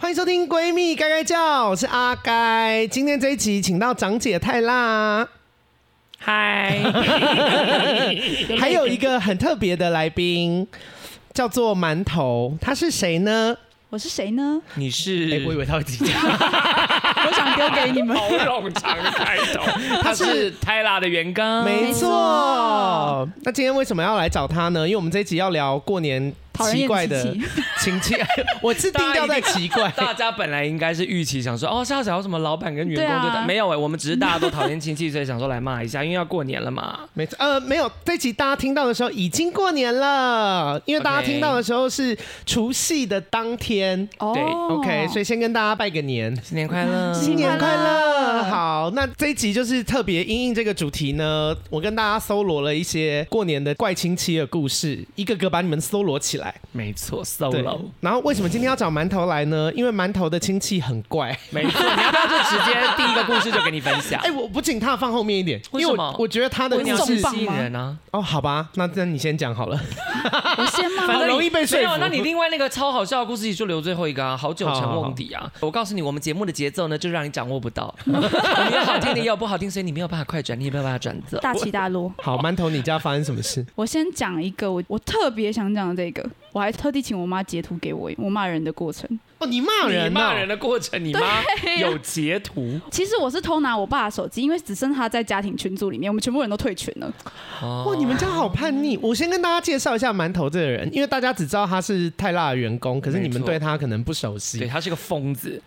欢迎收听《闺蜜该该叫》，我是阿该。今天这一集请到长姐泰拉，嗨，还有一个很特别的来宾，叫做馒头。他是谁呢？我是谁呢？ 你是？哎我以为他会自己讲。我想丢 给你们。好冗长的开 头，他是是泰拉的员工， 没没错错。那今天为什么要来找他呢？因为我们这一集要聊过年讨人厌奇怪的琪琪亲戚，我是定调在奇怪。 大家本来应该是预期想说，哦，是要找什么老板跟员对工啊对打，没有哎、我们只是大家都讨厌亲戚，所以想说来骂一下，因为要过年了嘛。没错，呃，没有，这集大家听到的时候已经过年了，因为大家 OK 听到的时候是除夕的当天。哦对 OK，所以呃先跟大家拜个年，新年快乐！ 新年快乐好，那这一集就是特别因应这个主题呢，我跟大家搜罗了一些过年的怪亲戚的故事，一个个把你们搜罗起来。没错对，solo，，然后为什么今天要找馒头来呢？因为馒头的亲戚很怪。没错，你要不要就直接第一个故事就给你分 享哎、？我不仅他放后面一点，因为什我么我觉得他的我故有要重事磅吸引人啊，哦，好吧，那那你先讲好了。 我先吗？反正很你容易被说服没有，那你另外那个超好笑的故事就留最后一个啊，好久成瓮底啊！我告诉你，我们节目的节奏呢，就让你掌握不 到，我们有好听的，也有不好听，所以你没有办法快转，你也没有办法转走。 大起大落。好，馒头，你家发生什么事？我先讲一个我我特别想讲的这个，我还特地请我妈截图给我我骂人的过程。 哦，你骂人、你哦，骂人的过程，你妈对呀有截 图其实我是偷拿我爸的手机，因为只剩他在家庭群组里面，我们全部人都退群了。哇，哦你们家好叛逆！我先跟大家介绍一下馒头这个人，因为大家只知道他是泰辣的员工，可是你没们错对他可能不熟对悉，他是个疯子。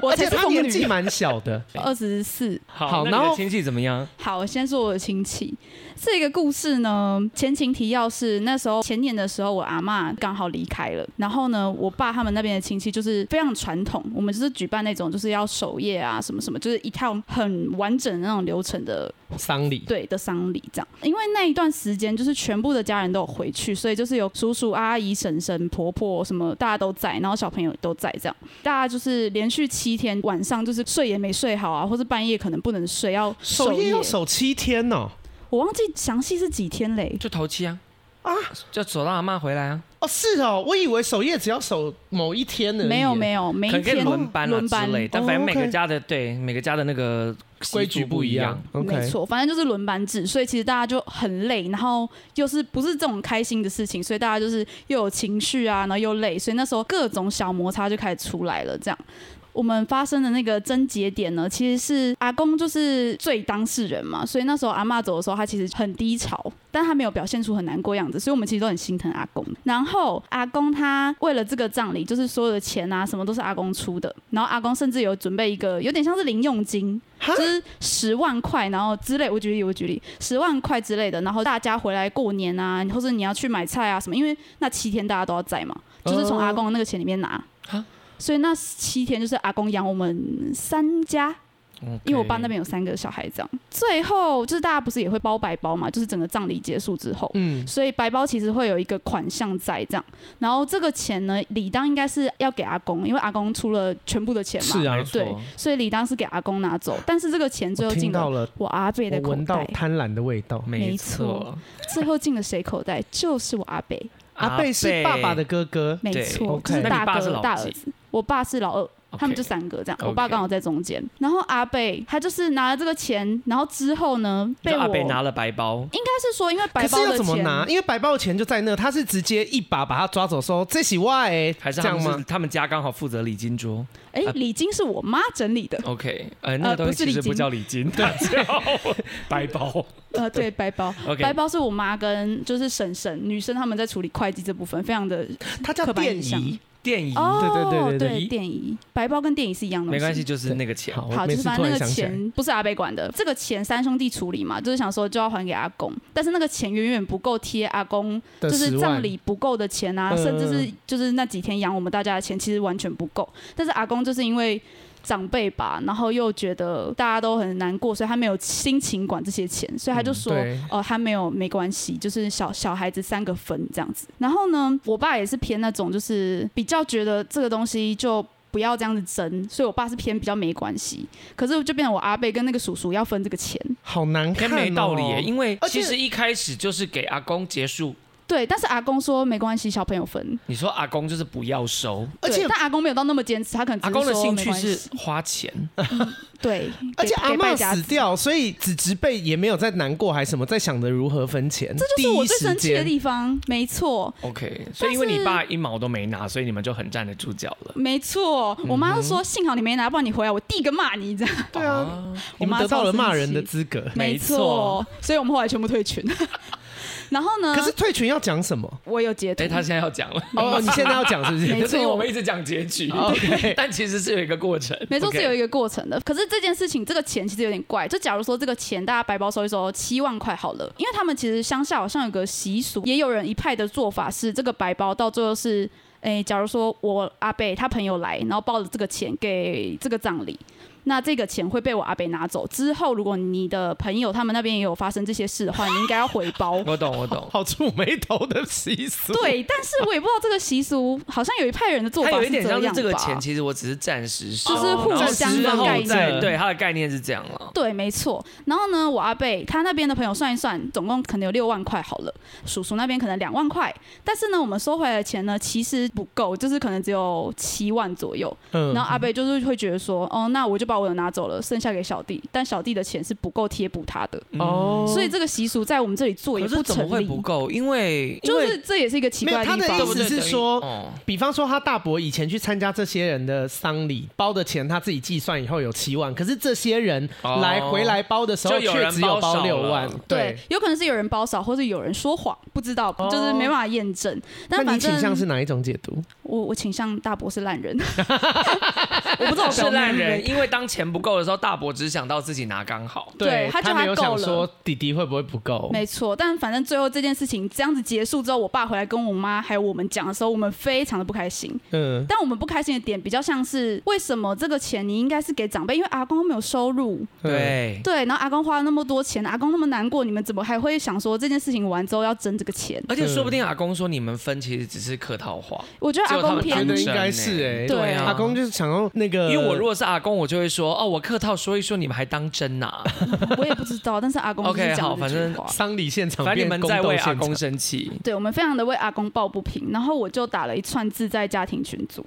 我而才且是他疯年纪女，呃蛮小 的。二十四。好好，然那你后的亲戚怎么样？好，我先说我的亲戚。这个故事呢，前情提要是那时候前年的时候，我阿嬷刚好离开了，然后呢，我爸他们那边的亲戚就是非常传统，我们就是举办那种就是要守夜啊什么什么，就是一套很完整的那种流程的丧礼，对的丧礼这样。因为那一段时间就是全部的家人都有回去，所以就是有叔叔、阿姨、婶婶、婆婆什么大家都在，然后小朋友都在这样。大家就是连续七天晚上就是睡也没睡好啊，或是半夜可能不能睡，要守夜要守七天哦。我忘记详细是几天嘞。就头七啊，啊，就走到阿妈回来啊。哦，是哦，我以为守夜只要守某一天呢。没有没有，每可一能可以天轮班啊轮班之类，但反正每哦个，OK 家的对每个家的那个习规俗矩不不一样样。。没 OK，错，反正就是轮班制，所以其实大家就很累，然后又是不是这种开心的事情，所以大家就是又有情绪啊，然后又累，所以那时候各种小摩擦就开始出来了。这样，我们发生的那个症结点呢，其实是阿公就是最当事人嘛，所以那时候阿嬷走的时候，他其实很低潮，但他没有表现出很难过样子，所以我们其实都很心疼阿公。然后阿公他为了这个葬礼，就是所有的钱啊，什么都是阿公出的，然后阿公甚至有准备一个有点像是零用金，哈就是十万块，然后之类，我举例我举例十万块之类的，然后大家回来过年啊，或者你要去买菜啊什么，因为那七天大家都要在嘛，哦就是从阿公的那个钱里面拿。啊所以那七天就是阿公养我们三家，因为我爸那边有三个小孩，这样最后就是大家不是也会包白包嘛，就是整个葬礼结束之后，嗯，所以白包其实会有一个款项在这样，然后这个钱呢，理当应该是要给阿公，因为阿公出了全部的钱嘛，是啊没对错，所以理当是给阿公拿走，但是这个钱最我后听进到了了，我阿我贝的口闻到袋，嗯贪婪的味道。没没错。最后进了谁口袋？就是我阿贝，阿贝是爸爸的哥哥，没对错， OK 就是那大你爸是哥老大几儿子，我爸是老二。 OK 他们就三个这样，我爸 OK 刚好在中间。然后阿贝他就是拿了这个钱，然后之后呢被就我阿贝拿了白包，应该是说，因为可白是包要的怎么钱拿？因为白包的钱就在那，他是直接一把把他抓走，说这洗外，还是这他样们是吗？他们家刚好负责礼金桌哎、礼金是我妈整理 的， ？OK，呃，那呃个东不是西其实礼金不叫礼金，它叫白包。呃，对，白包 OK 白包是我妈跟就是婶婶女生他们在处理会计这部分，非常的他叫刻板电印象仪。电影哦，对对对对对对电仪白包跟电仪是一样的，没关系，。就是那个钱。好，我好，每就是次反突正那然个想起来。钱不是阿贝管的，这个钱三兄弟处理嘛，就是想说就要还给阿公，但是那个钱远远不够贴阿公的就是10葬万礼不够的钱啊，嗯甚至是就是那几天养我们大家的钱，其实完全不够。但是阿公就是因为长辈吧，然后又觉得大家都很难过，所以他没有心情管这些钱，所以他就说，哦、嗯对他没有没关系，就是小小孩子三个分这样子。然后呢，我爸也是偏那种，就是比较觉得这个东西就。不要这样子争，所以我爸是偏比较没关系，可是就变成我阿贝跟那个叔叔要分这个钱，好难跟看、哦，没道理耶，因为而且其实一开始就是给阿公结束，对，但是阿公说没关系，小朋友分。你说阿公就是不要收，而对且但阿公没有到那么坚持，他可能只阿是公的说兴没趣关是系花钱，对，而给且阿给败嬷家死子掉，所以子侄辈也没有在难过还是什么，在想着如何分钱。这这是我最生气的地方，没错。 OK，所以因为你爸一毛都没拿，所以你们就很站得住脚了。没嗯错，我妈就说：“幸好你没拿，不然你回来我第一个骂你。”这样，对啊，啊，你我们妈得到超了生骂人的气资格。没 没错错。所以我们后来全部退群。 然后呢可？是退群要讲什 么？我有截图哎，，他现在要讲了，哦，你现在要讲是不没 是错可是我们一直讲结局，哦？OK，但其实是有一个过程。没错，是 OK 有一个过程的。可是这件事情，这个钱其实有点怪。就假如说这个钱大家白包收一收，七万块好了，因为他们其实乡下好像有个习俗，也有人一派的做法是，这个白包到最后是，诶、假如说我阿贝他朋友来，然后包了这个钱给这个葬礼。那这个钱会被我阿北拿走。之后，如果你的朋友他们那边也有发生这些事的话，你应该要回包。我懂，我 懂。好触眉头的习 俗。，对，但是我也不知道这个习俗，好像有一派人的做他法有一是点像是样这个吧钱，其实我只是暂时收，就是互然后相之当后概再念对他的概念是这样啊了。对，没错。然后呢，我阿贝他那边的朋友算一算，总共可能有六万块好了，叔叔那边可能两万块，但是呢，我们收回来的钱呢，其实不够，就是可能只有七万左右。嗯然后阿贝就是会觉得说，哦，那我就把我的拿走了，剩下给小弟，但小弟的钱是不够贴补他的，嗯哦，所以这个习俗在我们这里做也可是怎么成会立。不够？因为因就为是这也是一个奇没有怪他地的方，意对思不对是等于说哦比方说，他大伯以前去参加这些人的丧礼，包的钱他自己计算以后有七万，可是这些人哦来回来包的时候就有却人只有包包少六万了。对，，有可能是有人包少，或者有人说谎，不知道，哦就是没办法验证。但那反你倾向正是哪一种解读？我我倾向大伯是烂 人，我不知道我表是妹烂会不会人，因为当钱不够的时候，大伯只想到自己拿刚好。对他觉得没有他够想了说弟弟会不会不够。没错，但反正最后这件事情这样子结束之后，我爸回来跟我妈还有我们讲的时候，我们非常的不开心。嗯，但我们不开心的点比较像是为什么这个钱你应该是给长辈，因为阿公没有收入，嗯，对，对，然后阿公花了那么多钱，阿公那么难过，你们怎么还会想说这件事情完之后要争这个钱？而且说不定阿公说你们分其实只是客套话，我觉得只阿有他公们觉偏得单应身该欸是欸对啊，阿公就是想要那个，因为我如果是阿公，我就会说哦，我客套说一说，你们还当真 呐、我也不知道，但是阿公就是 OK，讲好了这反句正话丧礼现场，反正你们在为阿公生。生气。对我们非常的为阿公抱不平，然后我就打了一串字在家庭群组，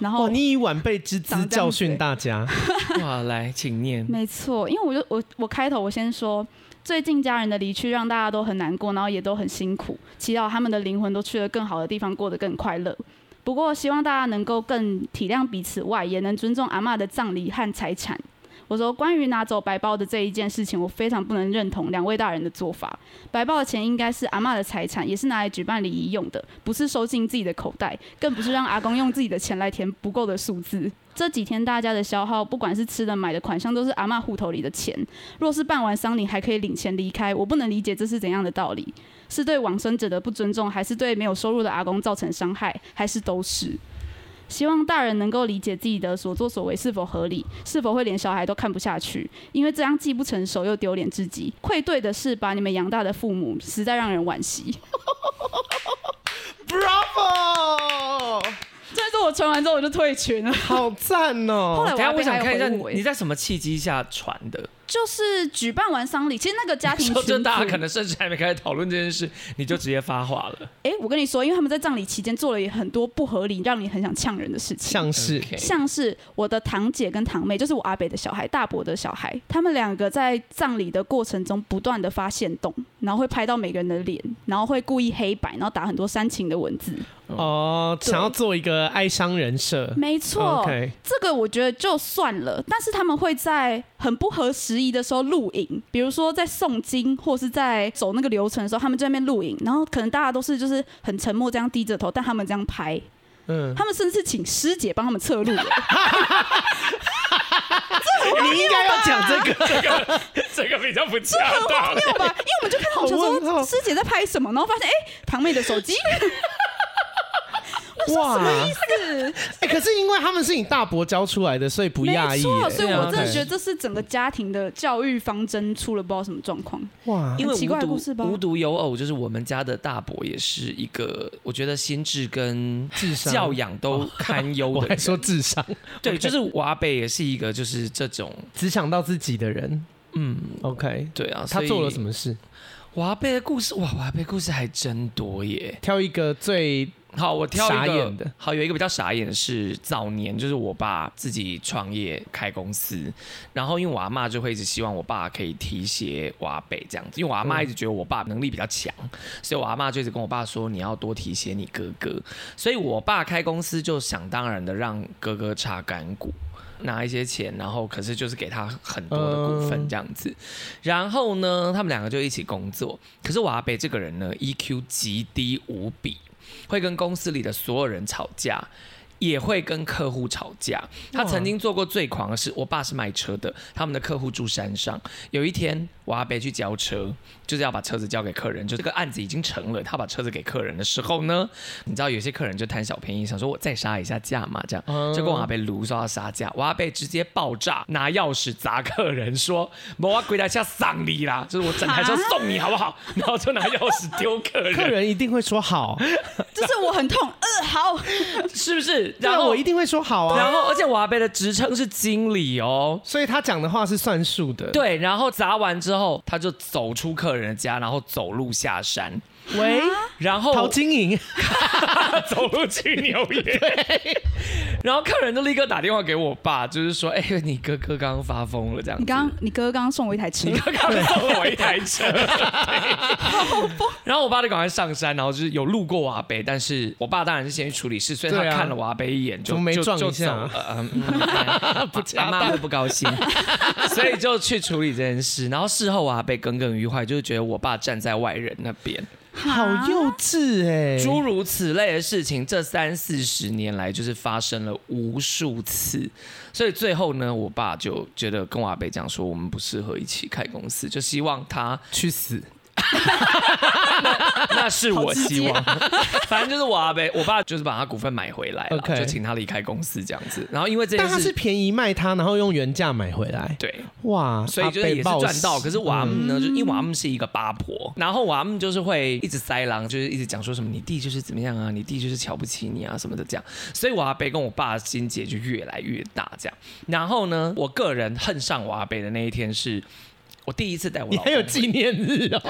然后哦，你以晚辈之资长这样教子训欸大 家。 哇，来，请念。没错，因为我就我我开头我先说，最近家人的离去让大家都很难过，然后也都很辛苦，祈祷他们的灵魂都去了更好的地方，过得更快乐。不过希望大家能够更体谅彼此外，也能尊重阿嬷的葬礼和财产。我说，关于拿走白包的这一件事情，我非常不能认同两位大人的做法。白包的钱应该是阿嬷的财产，也是拿来举办礼仪用的，不是收进自己的口袋，更不是让阿公用自己的钱来填不够的数字。这几天大家的消耗，不管是吃的、买的、款项，都是阿嬷户头里的钱。若是办完丧礼还可以领钱离开，我不能理解这是怎样的道理？是对往生者的不尊重，还是对没有收入的阿公造成伤害，还是都是？希望大人能够理解自己的所作所为是否合理，是否会连小孩都看不下去，因为这样既不成熟又丢脸至极。愧对的是把你们养大的父母，实在让人惋惜。哦 Bravo，这是我传完之后我就退群了。好赞哦！后来等一我下阿我伯还想有看一下回你我你在什么契机下传的？就是举办完丧礼，其实那个 家庭说群这大家组可能甚至还没开始讨论这件事，你就直接发话了。哎、我跟你说，因为他们在葬礼期间做了也很多不合理，让你很想呛人的事 情。像是 OK 像是我的堂姐跟堂妹，就是我阿北的小孩、大伯的小孩，他们两个在葬礼的过程中不断的发现动，然后会拍到每个人的脸，然后会故意黑白，然后打很多煽情的文字。哦，对想要做一个哀伤人设。没错 OK，这个我觉得就算了，但是他们会在很不合时宜的时候录影，比如说在诵经或是在走那个流程的时候，他们在那边录影，然后可能大家都是就是很沉默这样低着头，但他们这样拍，嗯，他们甚至请师姐帮他们测 录。你应该要讲这 个，这个比较不恰当。没有吧？因为我们就看到我好想问号说师姐在拍什么，然后发现哎、堂妹的手机哇！是哎，可是因为他们是你大伯教出来的，所以 不没讶异错，耶。所以我真的觉得对这是整个家庭的教育方针出了不知道什么状况。哇，因为很奇怪的无故事独吧无独有偶，就是我们家的大伯也是一个，我觉得心智跟智商教养都堪忧 我还的人。说智商，对，就是哦我阿贝也是一个，就是这种，只想到自己的人。嗯， OK，对啊。他所以做了什么事？娃贝的故事，哇，娃贝故事还真多耶。挑一个最好，我挑一傻个眼的好，有一个比较傻眼的是早年，就是我爸自己创业开公司，然后因为我阿妈就会一直希望我爸可以提携我阿北这样子，因为我阿嗯妈一直觉得我爸能力比较强，所以我阿妈就一直跟我爸说你要多提携你哥哥，所以我爸开公司就想当然的让哥哥插干股。拿一些钱，然后可是就是给他很多的股嗯份这样子，然后呢，他们两个就一起工作。可是我阿北这个人呢，EQ 极低无比，会跟公司里的所有人吵架，也会跟客户吵架。他曾经做过最狂的事，我爸是卖车的，他们的客户住山上。有一天，我阿伯去交车，就是要把车子交给客人，就这个案子已经成了。他把车子给客人的时候呢，你知道有些客人就贪小便宜，想说我再杀一下价嘛，这样就跟我阿伯卢说要杀价，我阿伯直接爆炸，拿钥匙砸客人，说我鬼来下赏你 啦，就是我整台车送你好不好？然后就拿钥匙丢客人，客人一定会说好，就是我很痛，呃，好，是不是？对 然啊，后我一。定会说好啊。然后，而且我阿伯的职称是经理哦，所以他讲的话是算数的。，对，然后砸完之后，他就走出客人的家，然后走路下山，喂，然后陶晶莹， 走路去纽约。然后客人就立刻打电话给我爸，就是说：“哎、你哥哥刚刚发疯了，这样子。”你刚你哥刚刚送我一 台车，刚刚送了我一台车，然后我爸就赶快上山，然后就是有路过瓦北，但是我爸当然是先去处理事，所以他对啊看了瓦北一眼就怎么没就撞一就下走了，嗯嗯不恰阿当妈会不高兴，所以就去处理这件事。然后事后瓦北耿耿于怀，就是觉得我爸站在外人那边，好幼稚哎、诸如此类的事情，这三四十年来就是发生了无数次，所以最后呢，我爸就觉得跟我阿伯讲说，我们不适合一起开公司，就希望他去死！那是我希望好， 反正就是我阿伯，我爸就是把他股份买回来了 OK 就请他离开公司这样子。然后因为这件但他是事，便宜卖他，然后用原价买回来，对，哇，所以就是阿也北是报赚到。喜可是我阿姆嗯呢，就因为我阿姆是一个八婆，然后我阿姆就是会一直塞狼，就是一直讲说什么你弟就是怎么样啊，你弟就是瞧不起你啊什么的这样。所以我阿伯跟我爸的心结就越来越大这样。然后呢，我个人恨上我阿伯的那一天是。我第一次带我你老还公，有纪念日哦，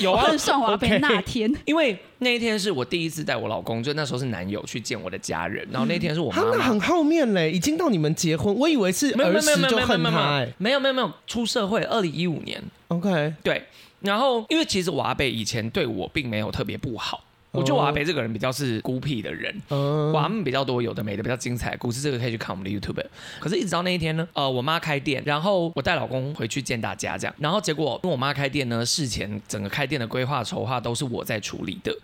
有啊，恨上我要被 OK 那天，因为那一天是我第一次带我老公，就那时候是男友去见我的家人，然后那天 是我他妈啊那妈很后面嘞，已经到你们结婚，我以为是没有没儿有没有时没有就没有恨没有他哎、没有没有没有出社会，二零一五年 OK，对。然后因为其实我阿贝以前对我并没有特别不好，我觉得我阿贝这个人比较是孤僻的人。嗯，我阿们比较多有的没的比较精彩的故事，这个可以去看我们的 YouTube。可是，一直到那一天呢，呃，我妈开店，然后我带老公回去见大家，这样，然后结果因为我妈开店呢，事前整个开店的规划筹划都是我在处理的。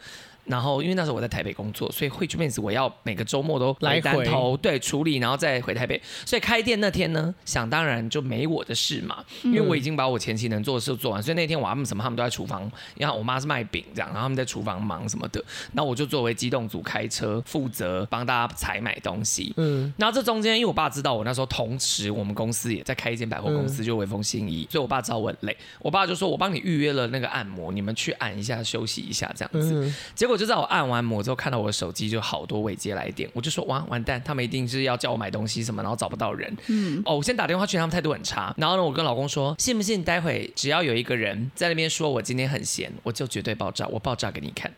然后，因为那时候我在台北工作，所以汇聚妹子我要每个周末都来回单头对处理，然后再回台北。所以开店那天呢，想当然就没我的事嘛，因为我已经把我前期能做的事都做完，所以那天我阿姆什么他们都在厨房，然后我妈是卖饼这样，然后他们在厨房忙什么的，那我就作为机动组开车，负责帮大家采买东西。嗯，然后这中间，因为我爸知道我那时候同时我们公司也在开一间百货公司，就微风信义，所以我爸知道我很累，我爸就说我帮你预约了那个按摩，你们去按一下休息一下这样嗯子。结果就在我按完摩之后，看到我的手机就好多未接来电，我就说哇完蛋，他们一定是要叫我买东西什么，然后找不到人。嗯，哦，我先打电话去，他们态度很差。然后呢，我跟老公说，信不信待会只要有一个人在那边说我今天很闲，我就绝对爆炸，我爆炸给你 看。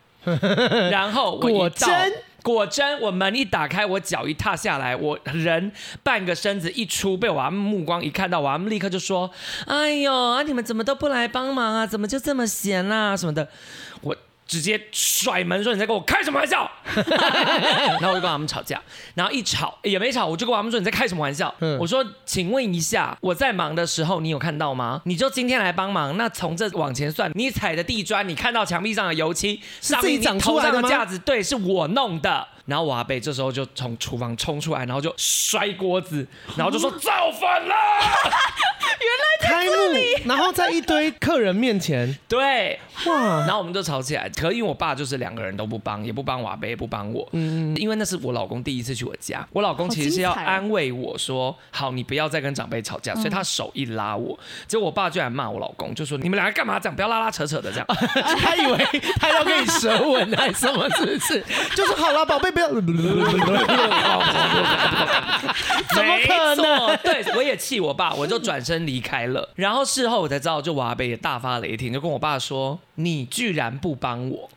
然后我一果到真果真，我门一打开，我脚一踏下来，我人半个身子一出，被我阿嬷目光一看到，我阿嬷立刻就说：“哎呦，啊你们怎么都不来帮忙啊？怎么就这么闲啦、什么的。”我直接甩门说：“你在跟我开什么玩笑？” 然后我就跟他们吵架，然后一吵也没吵，我就跟他们说：“你在开什么玩笑？”嗯我说：“请问一下，我在忙的时候你有看到吗？你就今天来帮忙，那从这往前算，你踩的地砖，你看到墙壁上的油漆，是上自己面你长出头来上的吗架子，对，是我弄的。”然后我阿贝这时候就从厨房冲出来，然后就摔锅子，然后就 说：“造反了开幕，然后在一堆客人面前，！”对，哇， 然后我们就吵起来。可因为我爸就是两个人都不帮，也不帮我阿伯，也不帮我。因为那是我老公第一次去我家，我老公其实是要嗯好精彩哦嗯安慰我说：“好，你不要再跟长辈吵架。”所以他手一拉我，结果我爸居然骂我老公，就说：“你们两个干嘛这样？不要拉拉扯扯的这哦 样。他以为他要跟你 舌吻还是什 么，是不是？就是好了，宝贝，不要，怎么可能？没错？对，我也气我爸，我就转身离开了。然后事后我才知道，就我阿伯也大发雷霆，就跟我爸说：“你居然不帮我！”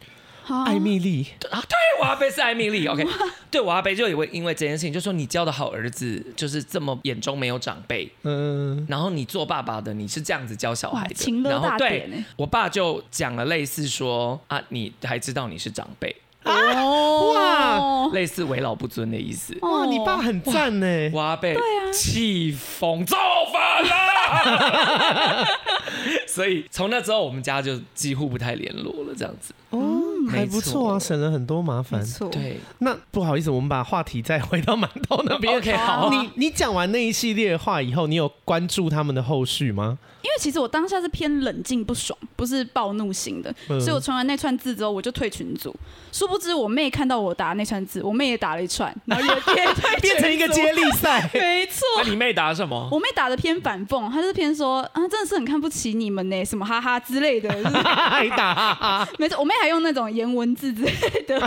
啊艾米丽，啊，对，我阿贝是艾米丽，OK，对，我阿贝就也会因为这件事情，就说你教的好儿子就是这么眼中没有长辈，嗯，然后你做爸爸的你是这样子教小孩哇情的，勒然后大典对欸我爸就讲了类似说啊，你还知道你是长辈，哦，类似为老不尊的意思。哇，你爸很赞呢。我阿贝对啊气疯造反了， 所以从那之后我们家就几乎不太联络了，这样子。哦，还没不错啊，错省了很多麻没烦。错，对，那不好意思，我们把话题再回到馒头那边。 OK，好啊你你讲完那一系列的话以后，你有关注他们的后续吗？因为其实我当下是偏冷静不爽，不是暴怒型的，嗯所以我传完那串字之后，我就退群组。殊不知我妹看到我打那串字，我妹也打了 一串，然后也也退群组。变成一个接力赛 没错。那你妹答什么？我妹打的偏反讽，她就是偏说啊，真的是很看不起你们呢，什么哈哈之类的。就是挨打、没错，我妹还用那种颜文字之类 的，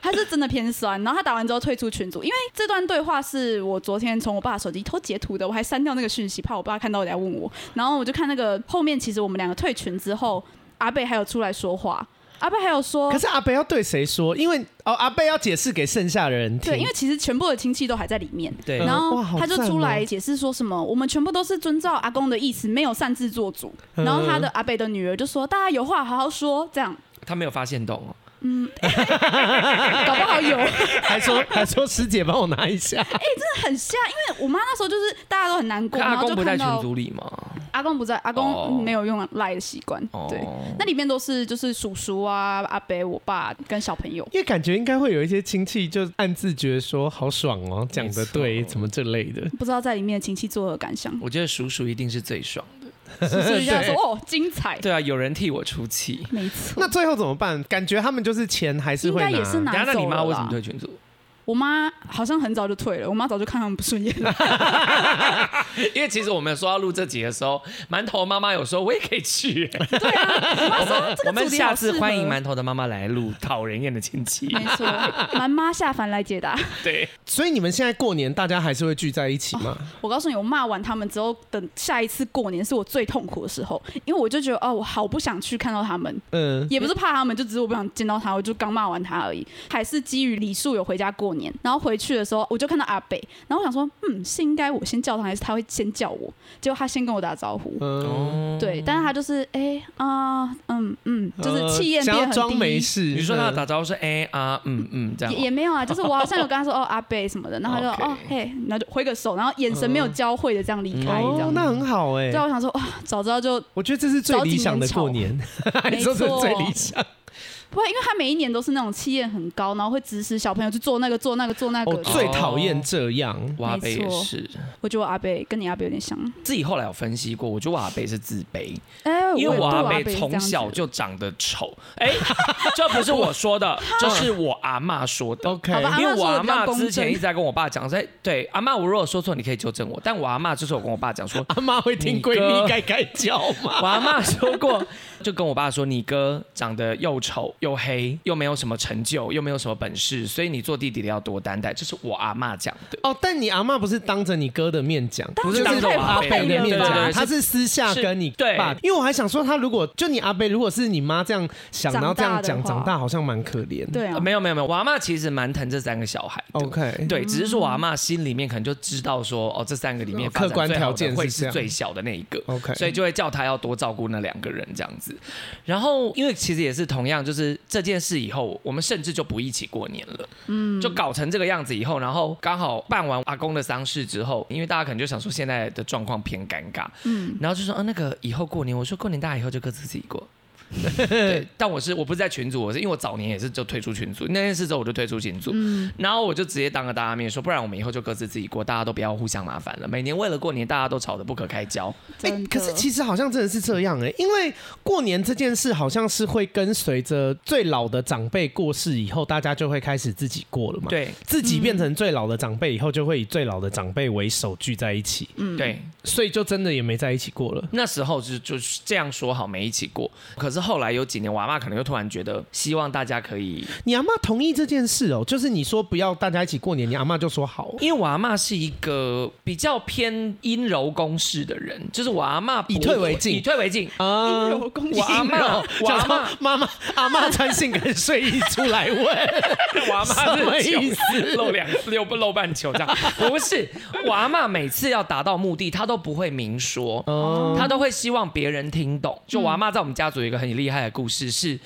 她是真的偏酸。然后她打完之后退出群组，因为这段对话是我昨天从我爸手机偷截图的，我还删掉那个讯息，怕我爸看到我来问我。然后我就看那个后面，其实我们两个退群之后，阿贝还有出来说话，阿贝还有说可。是阿贝要对谁说？因为哦，阿贝要解释给剩下的人听。对，因为其实全部的亲戚都还在里面，对然后哇好他就赞出哦来解释说什么，我们全部都是遵照阿公的意思，没有擅自做主。然后他的阿贝的女儿就说：“大家有话好好说。”这样，她没有发现懂哦。搞不好有。 还说还说师姐帮我拿一下，很像，因为我妈那时候就是大家都很难过，可然阿后公就不在看群到组里吗？阿公不在，阿哦公没有用赖的习惯，哦对，那里面都是就是叔叔啊、阿伯、我爸跟小朋友。因为感觉应该会有一些亲戚就暗自觉得说好爽哦，讲的对，没错怎么这类的。不知道在里面的亲戚作何 感想，我觉得叔叔一定是最爽的。叔叔一下对说哦，精彩，对啊，有人替我出气。没错。那最后怎么办？感觉他们就是钱还是应会该拿，也是等一下，拿那走你妈了为什么啦。退群组？ 我妈好像很早就退了，我妈早就看他们不顺眼 了。因为其实我们有说要录这集的时候，馒头妈妈有说我也可以去。 对啊，我妈说这我个们主题下好次适合。哎欢迎馒头的妈妈来录讨人厌的亲戚。没错，蛮妈下凡来解答。 对，所以你们现在过年大家还是会聚在一起吗？我告诉你，我骂完他们之后，等下一次过年是我最痛苦的时候，因为我就觉得哦，我好不想去看到他们， 嗯，也不是怕他们，就只是我不想见到他，我就刚骂完他而已。还是基于李素有回家过年，然后回去的时候我就看到阿北，然后我想说，嗯，是应该我先叫他，还是他会先叫我？结果他先跟我打招呼。嗯，哦，对，但是他就是哎啊、嗯嗯，就是气焰想变要很装低，没事。你说他嗯的打招呼是哎啊嗯嗯这样也吗，也没有啊，就是我好像有跟他说哦阿北什么的，然后他就 OK 哦嘿，然后就挥个手，然后眼神没有交汇的这样离开，这哦样，。那很好哎、对啊，我想说哇，早知道就我觉得这是最理想的过年， 你说这是最理想。不会，因为他每一年都是那种气焰很高，然后会指使小朋友去做那个做那个做那个我的。哦最讨厌这样。我阿贝也没错是，我觉得我阿贝跟你阿贝有点像，自己后来有分析过，我觉得我阿贝是自卑，哎、因为我我阿贝贝从小就长得丑。哎，这不是我说的，这是我阿妈说的。 OK，哦好吧因为我阿阿嬷妈说得比较之前公正一直在跟我爸讲，说，哎对阿妈，我如果说错，你可以纠正我。但我阿妈就是有跟我爸讲说，阿妈会听闺蜜该该叫吗？我阿妈说过，就跟我爸说，你哥长得又丑又黑，又没有什么成就，又没有什么本事，所以你做弟弟的要多担待。这是我阿妈讲的，哦，但你阿妈不是当着你哥的面讲，当然就是当着我阿伯伯的的面面讲，啊讲他是私下跟你是对爸。因为我还想说，他如果就你阿伯，如果是你妈这样想，长大的然后这样讲，话长大好像蛮可怜。对啊，呃没有没有没有，我阿妈其实蛮疼这三个小孩的。 ，OK，对，只是说我阿妈心里面可能就知道说，哦，这三个里面发客展观最好条的件会是这是样最小的那一个。 OK，所以就会叫他要多照顾那两个人这样子。然后，因为其实也是同样，就是这件事以后，我们甚至就不一起过年了。嗯，就搞成这个样子以后，然后刚好办完阿公的丧事之后，因为大家可能就想说现在的状况偏尴尬，嗯，然后就说，啊，那个以后过年，我说过年大家以后就各自自己过。对，但我是我不是在群组，我是因为我早年也是就退出群组，那件事之后我就退出群组，然后我就直接当着大家面说，不然我们以后就各自自己过，大家都不要互相麻烦了。每年为了过年，大家都吵得不可开交，哎、真的。可是其实好像真的是这样哎、因为过年这件事好像是会跟随着最老的长辈过世以后，大家就会开始自己过了嘛。，对自己变成最老的长辈以后，就会以最老的长辈为首聚在一起，对，所以就真的也没在一起过了。那时候就就是这样说好没一起过，可是后来有几年，我阿妈可能又突然觉得，希望大家可以，你阿妈同意这件事哦，就是你说不要大家一起过年，你阿妈就说好。因为我阿妈是一个比较偏阴柔攻势的人，就是我阿妈以退为进以退为进。啊、有攻击我阿妈，我想阿说妈，妈妈阿妈穿性感睡衣出来 问，我阿妈什么意思？露两露不露半球这样？不是，我阿妈每次要达到目的，她都不会明说，哦她都会希望别人听懂。就我阿妈在我们家族有一个很厉害的故事是。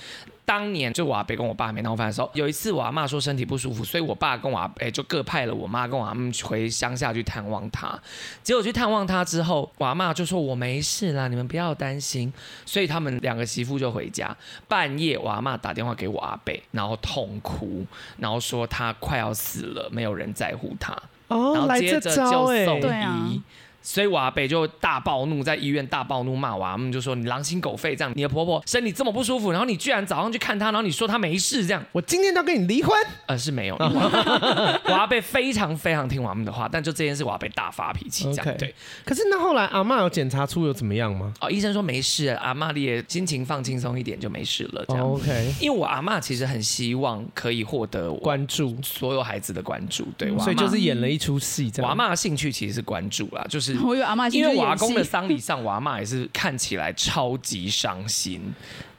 当年就我阿伯跟我爸没闹翻的时候，有一次我阿妈说身体不舒服，所以我爸跟我阿伯就各派了我妈跟我阿妈回乡下去探望她。结果去探望她之后，我阿妈就说：“我没事啦，你们不要担心。”所以他们两个媳妇就回家。半夜，我阿妈打电话给我阿伯，然后痛哭，然后说她快要死了，没有人在乎她，然哦，后来接这着招就哎、送对医。啊所以我阿伯就大暴怒，在医院大暴怒骂我阿姆，就说你狼心狗肺这样，你的婆婆身体这么不舒服，然后你居然早上去看她，然后你说她没事这样，我今天就要跟你离婚，呃 是没有，我阿伯非常非常听我阿姆的话，但就这件事我阿伯大发脾气这样 OK 对，可是那后来阿妈有检查出有怎么样吗、哦医生说没事，阿妈你也心情放轻松一点就没事了这样， o k 因为我阿妈其实很希望可以获得我关注，所有孩子的关注，对，我阿所以嬷就是演了一出戏这我阿样。妈的兴趣其实是关注啦，就是我以为阿嬷兴因趣为是我阿演戏公的丧礼上，我阿妈也是看起来超级伤心。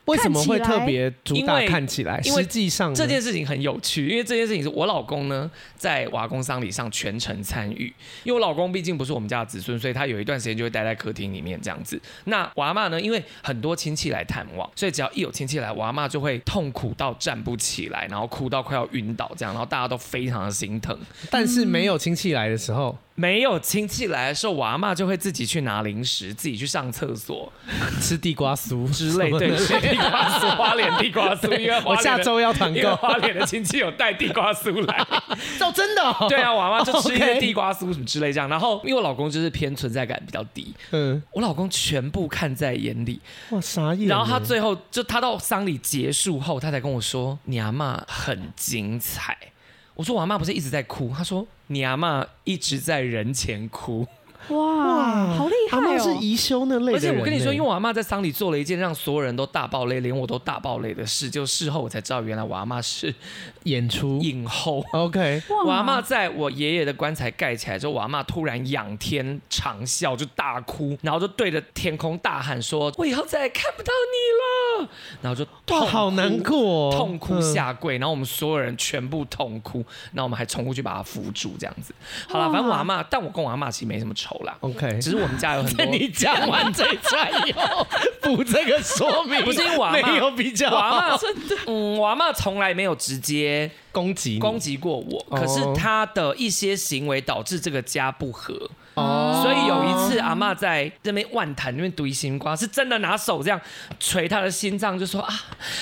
为什么会特别主因打为看起来？因为实际上呢这件事情很有趣，因为这件事情是我老公呢在我阿公丧礼上全程参与，因为我老公毕竟不是我们家的子孙，所以他有一段时间就会待在客厅里面这样子。那我阿妈呢，因为很多亲戚来探望，所以只要一有亲戚来，我阿妈就会痛苦到站不起来，然后哭到快要晕倒这样，然后大家都非常的心疼。但是没有亲戚来的时候，没有亲戚来的时候，我阿妈就会自己去拿零食，自己去上厕所吃地瓜酥之类。对，吃地 瓜酥、花莲地瓜酥，因为花莲的我哎下周要团 因为购，花莲的亲戚有带地瓜酥 来。哦，真的、哦，对啊，我阿妈就吃一 OK 些地瓜酥什么之类这样。然后因为我老公就是偏存在感比较低，嗯，我老公全部看在眼里。哇，傻眼耶。然后他最后就他到丧礼结束后，他才跟我说：“你阿妈很精彩。”我说：“我阿妈不是一直在哭？”他说：“你阿妈一直在人前哭。”哇，好厉害阿妈哦！是宜修那类的而且人我跟你说，呢因为我阿妈在丧礼做了一件让所有人都大爆泪，连我都大爆泪的事，就事后我才知道，原来我阿妈是演出影后。 ，OK，哇我阿妈在我爷爷的棺材盖起来之后，我阿妈突然仰天长啸，就大哭，然后就对着天空大喊说：“我以后再也看不到你了。”然后就哇，痛好难过、哦，痛哭嗯。下跪，然后我们所有人全部痛哭，然后我们还冲过去把她扶住，这样子。好了，哇反正我阿妈，但我跟我阿妈其实没什么仇啦， OK，。只是我们家有很多哦 你讲完这一串以后，补这个说明，不是因为我阿嬷没有比较我阿 好妈嗯，我阿妈从来没有直接攻击你攻击过我，哦可是她的一些行为导致这个家不和，哦所以有一次阿妈在那边万谈那边堆心瓜，是真的拿手这样捶她的心脏，就说啊，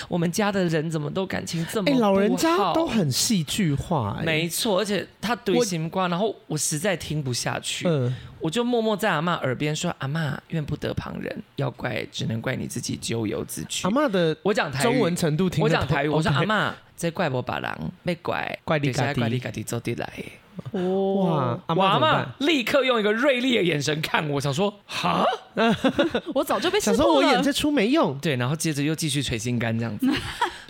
我们家的人怎么都感情这么哎、不好啊老人家都很戏剧化、哎没错，而且她堆心瓜，然后我实在听不下去，嗯，我就默默在阿妈耳边说，阿妈怨不得旁人，要怪只能怪你自己咎由自取阿。嬷的我讲台语中文程度听我得懂讲台语，我说 OK 阿嬷，这怪我把人，被怪怪你就是家己怪你家己做得来。哇哇，，阿我嬷阿怎么嬷办？立刻用一个锐利的眼神看我，想说哈，我早就被识想说破我演了。这出没用，对，然后接着又继续捶心肝这 样子。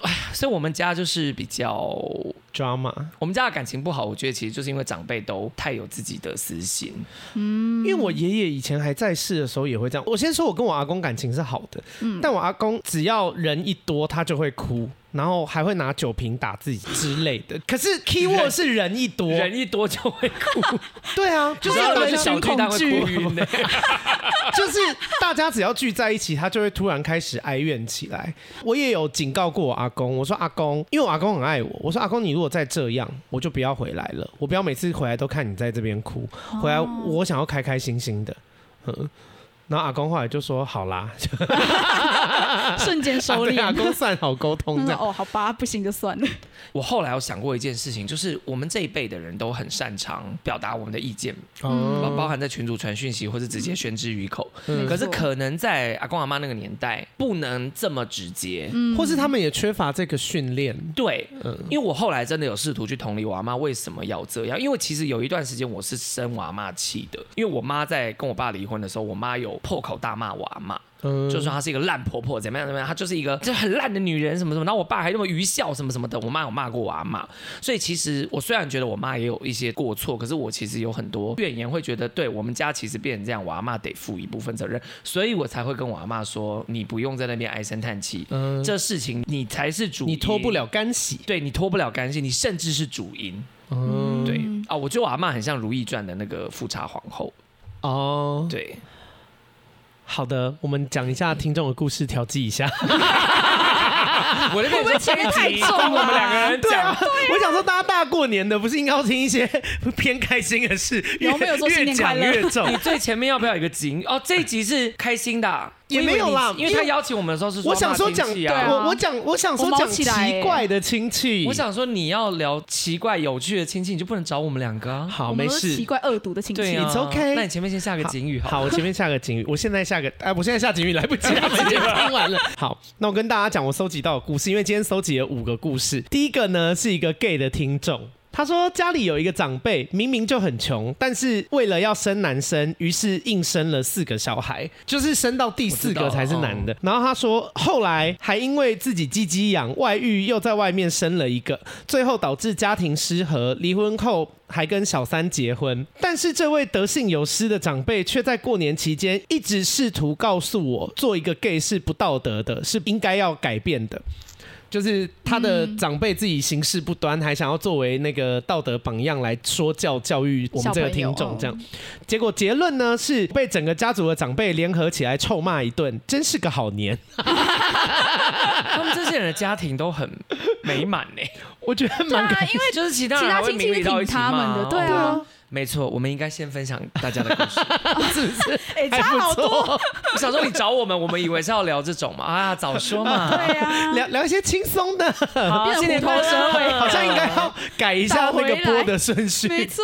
哎呀，所以我们家就是比较， drama，、我们家的感情不好，我觉得其实就是因为长辈都太有自己的私心。因为我爷爷以前还在世的时候也会这样。我先说，我跟我阿公感情是好的，但我阿公只要人一多，他就会哭。然后还会拿酒瓶打自己之类的，可是 key word 是人一多，人一多就会哭，对啊，就就是大是要家是小巨蛋会哭晕的。就是大家只要聚在一起，他就会突然开始哀怨起来。我也有警告过我阿公，我说阿公，因为我阿公很爱我，我说阿公，你如果再这样，我就不要回来了，我不要每次回来都看你在这边哭，回来我想要开开心心的。嗯，然后阿公后来就说好啦，瞬间收对阿敛。公算好沟 通嗯这样。哦，好吧，不行就算了。 我后来有想过一件事情，就是我们这一辈的人都很擅长表达我们的意见，包包哦，含在群组传讯息或是直接宣之于口。嗯可是可能在阿公阿妈那个年代，不能这么直接。或是他们也缺乏这个训练。对，嗯因为我后来真的有试图去同理我阿妈为什么要这样，因为其实有一段时间我是生我阿妈气的，因为我妈在跟我爸离婚的时候，我妈有破口大骂我阿妈，嗯，就说她是一个烂婆婆，怎么样怎么样，她就是一个就很烂的女人，什么什么。然后我爸还那么愚孝，什么什么的。我妈有骂过我阿妈，所以其实我虽然觉得我妈也有一些过错，可是我其实有很多怨言，会觉得对我们家其实变成这样，我阿妈得负一部分责任，所以我才会跟我阿妈说，你不用在那边唉声叹气，嗯，这事情你才是主，你脱不，了干洗，对你脱不了干系，你甚至是主因。嗯，对啊、我觉得我阿妈很像《如懿传》的那个富察皇后。哦，对，好的，我们讲一下听众的故事，调剂一下。我那边会不会前面 太重了我们两个人对讲啊，我想说，大家大过年的，不是应该要听一些偏开心的事？越有没有说新越年快讲乐越重你。 最前面要不要有一个景？哦，这一集是开心的啊，也我以为没有啦你因为因他为邀请我们的时候是我想说妈妈讲，亲戚对啊啊我我讲，我想说我讲毛起来奇怪的亲戚。我想说你要聊奇怪有趣的亲戚，你就不能找我们两个啊。好，我没们都是事奇。怪恶毒的亲对戚。啊 It's okay 那你前面先下个警语好了。好，我前面下个警语，我现在下个，哎，我现在下警语来不及 了，直接听完了。 好，那我跟大家讲我搜集到的故事，因为今天搜集了五个故事。第一个呢是一个 gay 的听众。他说家里有一个长辈，明明就很穷，但是为了要生男生，于是硬生了四个小孩，就是生到第四个才是男的。然后他说，后来还因为自己鸡鸡痒，外遇又在外面生了一个，最后导致家庭失和，离婚后还跟小三结婚。但是这位德性有失的长辈却在过年期间一直试图告诉我，做一个 gay 是不道德的，是应该要改变的。嗯就是他的长辈自己行事不端，还想要作为那个道德榜样来说教教育我们这个听小朋友众哦，这样。结果结论呢是被整个家族的长辈联合起来臭骂一顿，真是个好年。他们这些人的家庭都很美满呢、我觉得对蛮 啊，因为就是其他其人还他会亲明戚理是到一挺起他们的，骂对哦啊，没错，我们应该先分享大家的故事。哎，还差不好多，错，我想说你找我们，我们以为是要聊这种嘛，啊，早说嘛。对啊， 聊聊一些轻松的，好，新年快乐！哎好像应该要改一下那个播的顺嗯没序。错，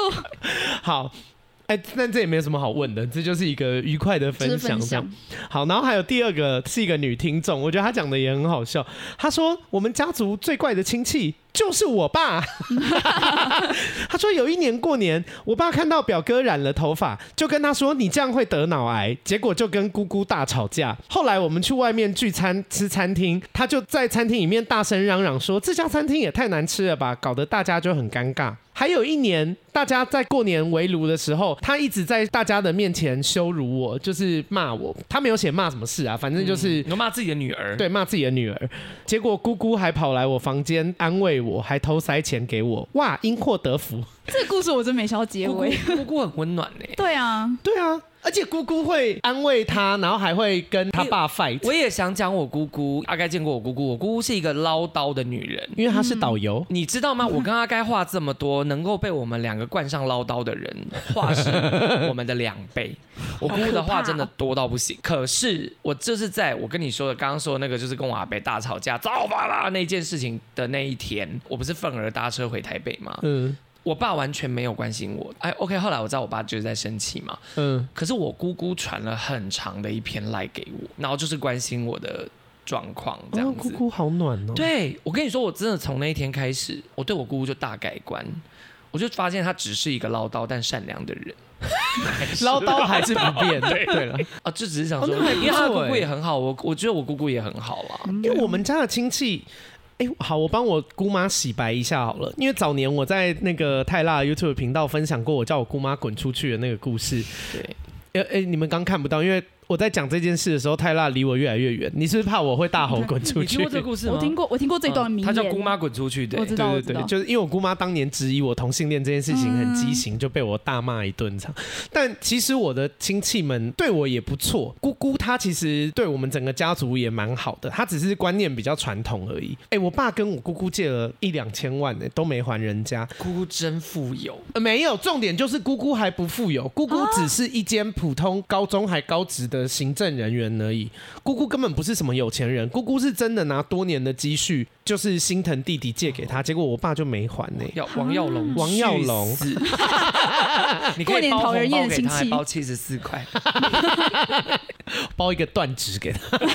好，哎、但这也没有什么好问的，这就是一个愉快的就分是享。分这样享，好，然后还有第二个是一个女听众，我觉得她讲的也很好笑。她说我们家族最怪的亲戚就是我爸。 她说有一年过年，我爸看到表哥染了头发，就跟他说你这样会得脑癌，结果就跟姑姑大吵架。后来我们去外面聚餐吃餐厅，他就在餐厅里面大声嚷嚷说这家餐厅也太难吃了吧，搞得大家就很尴尬。还有一年，大家在过年围炉的时候，他一直在大家的面前羞辱我，就是骂我。他没有写骂什么事啊，反正就是、你骂自己的女儿，对，骂自己的女儿。结果姑姑还跑来我房间安慰我，还偷塞钱给我。哇，因祸得福。这个故事我真没想到结姑尾。姑，姑姑很温暖欸呢。对啊，对啊，而且姑姑会安慰他，然后还会跟他爸 fight， 我也想讲我姑姑，阿该见过我姑姑，我姑姑是一个唠叨的女人。因为他是导游。你知道吗？我跟阿该话这么多，能够被我们两个冠上唠叨的人，话是我们的两倍。我姑姑的话真的多到不行。可是我就是在我跟你说的，刚刚说的那个，就是跟我阿伯大吵架、造反啦那件事情的那一天，我不是愤而搭车回台北吗？嗯我爸完全没有关心我。哎，OK，后来我知道我爸就是在生气嘛。嗯，可是我姑姑传了很长的一篇赖给我，然后就是关心我的状况这哦样，姑子。姑好暖哦。，对我跟你说，我真的从那一天开始，我对我姑姑就大改观。我就发现她只是一个唠叨但善良的人唠叨还是不变。 对对了，啊，就只是想说，哦那还不因为她的错姑姑欸也很好，我我觉得我姑姑也很好啊啦。嗯因为我们家的亲戚。哎、好，我帮我姑妈洗白一下好了，因为早年我在那个泰辣 YouTube 频道分享过我叫我姑妈滚出去的那个故事。对，呃、哎、你们刚看不到，因为我在讲这件事的时候，泰辣离我越来越远。你是不是怕我会大吼滚出 你听去过？这个故事吗？我听过，我听过这段名嗯言，她叫姑妈滚出去，对我，知道，我对知对道嗯对，。就是因为我姑妈当年质疑我同性恋这件事情很畸形，就被我大骂一顿这样。但其实我的亲戚们对我也不错，姑姑她其实对我们整个家族也蛮好的，她只是观念比较传统而已。哎、我爸跟我姑姑借了一两千万、呢，都没还人家。姑姑真富有，呃没有，重点就是姑姑还不富有，姑姑只是一间普通高中还高职的行政人员而已。姑姑根本不是什么有钱人，姑姑是真的拿多年的积蓄，就是心疼弟弟借给她，结果我爸就没还呢、要王耀啊龙，王耀龙嗯去死，你可过以年包讨人红包厌的给亲他，还戚包七十四块，包一个断指给他。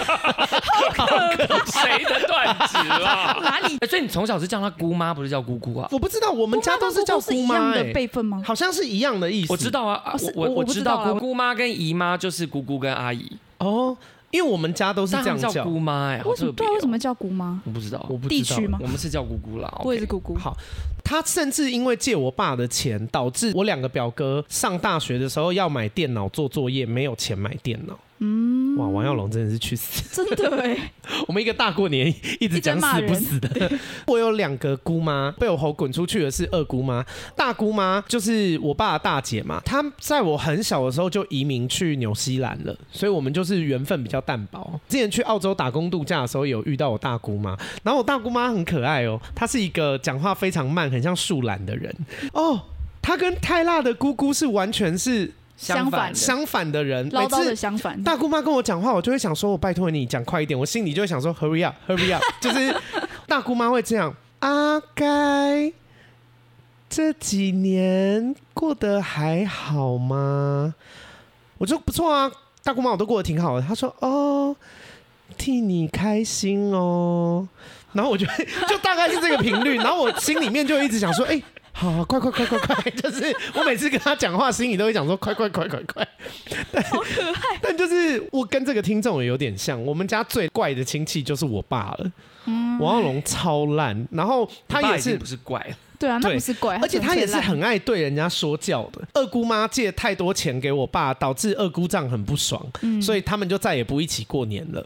谁的断指啦？哪里？哎所以你从小是叫她姑妈，不是叫姑姑啊？我不知道，我们家都是叫是姑一妈、样欸的，辈分吗？好像是一样的意思。我知，道啊，啊哦是我我我我不知知道道啦姑姑妈跟姨妈就是姑姑跟跟阿姨，哦，因为我们家都是但这他样们叫姑妈哎，好为什特么别对哦啊？为什么叫姑妈？我不知道我，不地知道区吗我们是叫姑姑啦。我也是 OK 姑姑。好，他甚至因为借我爸的钱，导致我两个表哥上大学的时候要买电脑做作业，没有钱买电脑。嗯，哇，王耀龙真的是去死！真的哎，我们一个大过年一直一直讲骂死人不死的。 我有两个姑妈，被我吼滚出去的是二姑妈，大姑妈就是我爸的大姐嘛。她在我很小的时候就移民去纽西兰了，所以我们就是缘分比较淡薄。之前去澳洲打工度假的时候，有遇到我大姑妈，然后我大姑妈很可爱哦，她是一个讲话非常慢，很像树懒的人哦。她跟泰辣的姑姑是完全是相反的相反的人，每唠叨次的相反。大姑妈跟我讲话，我就会想说，我拜托你讲快一点，我心里就会想说，hurry up，hurry up，就是 大姑妈会这样。阿该这几年过得还好吗？我说不错啊，大姑妈我都过得挺好的。她说哦，替你开心哦。然后我就就大概是这个频率，然后我心里面就一直想说，哎、好、啊，快快快快快！就是我每次跟她讲话，心里都会想说，快快快快快！但好可爱。但就是我跟这个听众也有点像，我们家最怪的亲戚就是我爸了。王耀龙超烂，然后他爸也已经是不是怪了， 对啊，那对不是怪，而且他也是纯粹烂很爱对人家说教的。二姑妈借太多钱给我爸，导致二姑丈很不爽，嗯所以他们就再也不一起过年了。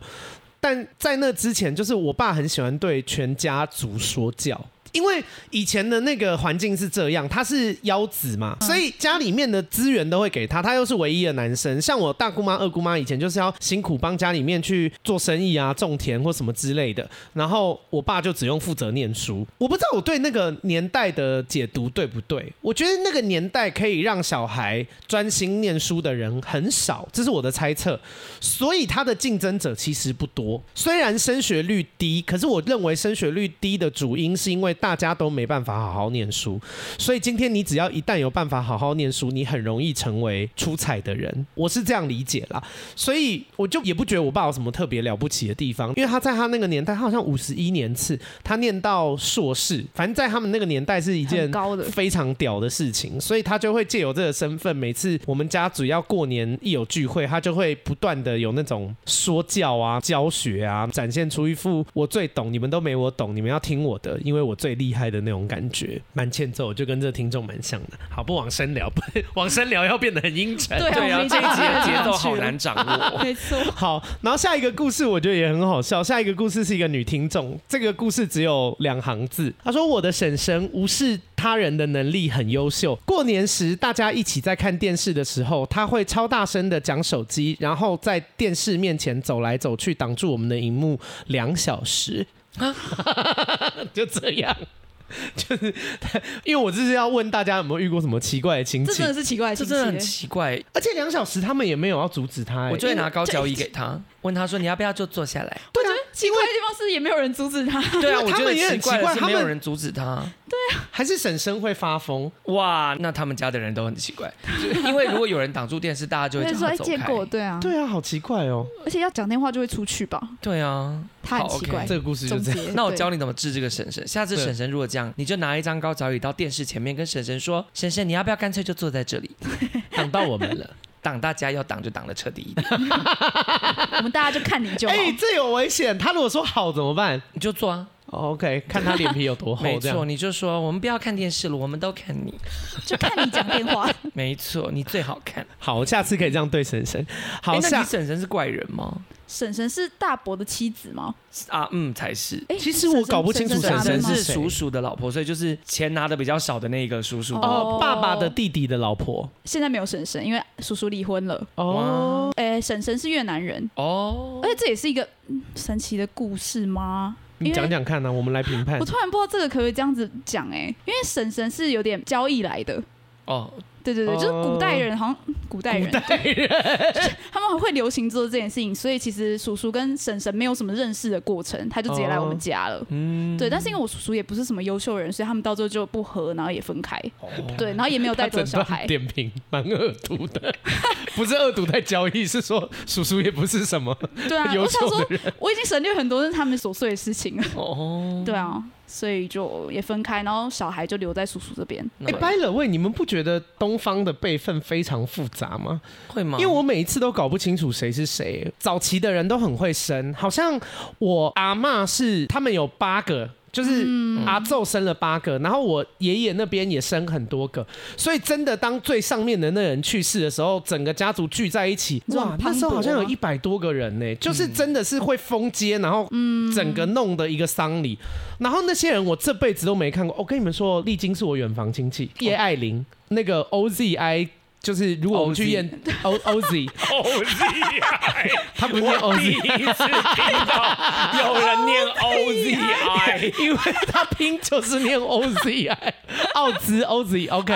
但在那之前，就是我爸很喜欢对全家族说教。因为以前的那个环境是这样，他是幺子嘛，所以家里面的资源都会给他，他又是唯一的男生。像我大姑妈、二姑妈以前就是要辛苦帮家里面去做生意啊、种田或什么之类的，然后我爸就只用负责念书。我不知道我对那个年代的解读对不对，我觉得那个年代可以让小孩专心念书的人很少，这是我的猜测。所以他的竞争者其实不多。虽然升学率低，可是我认为升学率低的主因是因为大家都没办法好好念书。所以今天你只要一旦有办法好好念书，你很容易成为出彩的人。我是这样理解啦，所以我就也不觉得我爸有什么特别了不起的地方，因为他在他那个年代，他好像五十一年次，他念到硕士，反正在他们那个年代是一件很高的非常屌的事情，所以他就会借由这个身份，每次我们家只要过年一有聚会，他就会不断的有那种说教啊、教学啊，展现出一副我最懂，你们都没我懂，你们要听我的，因为我最厉害的那种感觉，蛮欠揍，就跟这听众蛮像的。好，不往深聊，不 往深聊要变得很阴沉。 对啊，对我啊，们已这经一集的节奏上去好了难掌握。哦 没错，好，然后下一个故事我觉得也很好笑。下一个故事是一个女听众，这个故事只有两行字。她说：“我的婶婶无视他人的能力很优秀。过年时大家一起在看电视的时候，她会超大声的讲手机，然后在电视面前走来走去，挡住我们的荧幕两小时。就这样。”就是， 因为我就是要问大家有没有遇过什么奇怪的亲这戚真，的是奇怪的这亲真的很戚。奇怪，而且两小时他们也没有要阻止他、欸我哎就会拿高脚椅给他，问他说你要不要就坐 下来？对啊，奇怪的地方是也没有人阻止他，对因啊，我为他觉们得也很怪奇怪的是他没有们人阻止他。还是婶婶会发疯。啊哇，那他们家的人都很奇怪，因为如果有人挡住电视，大家就会所以叫说他哎走见过，开。对啊，对啊，好奇怪哦。而且要讲电话就会出去吧，对啊，他很好奇怪 OK 哎这个故事就总这样。结。那我对教你怎么治这个婶婶。下次对婶婶如果这样，你就拿一张高脚椅到电视前面，跟婶婶说：“婶婶，你要不要干脆就坐在这里？挡到我们了。挡大家要挡就挡的彻底一点，我们大家就看你就 好。哎、这有危险！他如果说好怎么办、 你就坐啊。 o k 看他脸皮有多”没厚，这错，样。你就说我们不要看电视了，我们都看你。就看你讲 电话。没错，你最好看。好，下次可以这样对婶婶。好，哎那下你婶婶是怪人吗？婶婶是大伯的妻子吗？啊，嗯，才是。哎，其实我搞不清楚婶婶婶婶婶是是谁叔叔的老婆，所以就是钱拿的比较少的那个叔叔。哦哦，爸爸的弟弟的老婆现在没有婶婶，因为叔叔离婚了。哦，哎，婶婶是越南人，哦哎而，且这也是一个嗯神奇的故事吗？因为你讲讲看呢、啊我们来评判我。突然不知道这个可不可以这样子讲哎、因为婶婶是有点交易来的。哦，对对对，哦就是古代人，好像古代人，就是他们很会流行做这件事情，所以其实叔叔跟婶婶没有什么认识的过程，他就直接来我们家了。嗯，对，但是因为我叔叔也不是什么优秀人，所以他们到最后就不和，然后也分开。哦对，然后也没 有带哦他走整小段。孩点评蛮恶毒的，不是恶毒在交易，是说叔叔也不是什么对啊，优我想秀说的人。我已经省略很多是他们琐碎的事情了。哦，对啊，所以就也分开，然后小孩就留在叔叔这边。那哎、拜了喂，你们不觉得东方的辈分非常复杂吗？会吗？因为 我每一次都搞不清楚谁是谁。早期的人都很会生，好像我阿嬷是他们有八个。就是嗯阿昼生了八个，然后我爷爷那边也生很多个，所以真的当最上面的那人去世的时候，整个家族聚在一起，你说哇很，那时候磅礴好像有吗嗯一百多个人呢、就是真的是会封街，然后整个弄的一个丧礼，然后那些人我这辈子都没看过。我、跟你们说，丽晶是我远房亲哦戚，叶爱玲那个 OZI，就是如果我们去验 O O Z，欧弟啊，他不是念 O 我 Z， 第一次听到有人 念哎 OZI，因为 他拼就是念 O Z I，奥兹 O Z OK，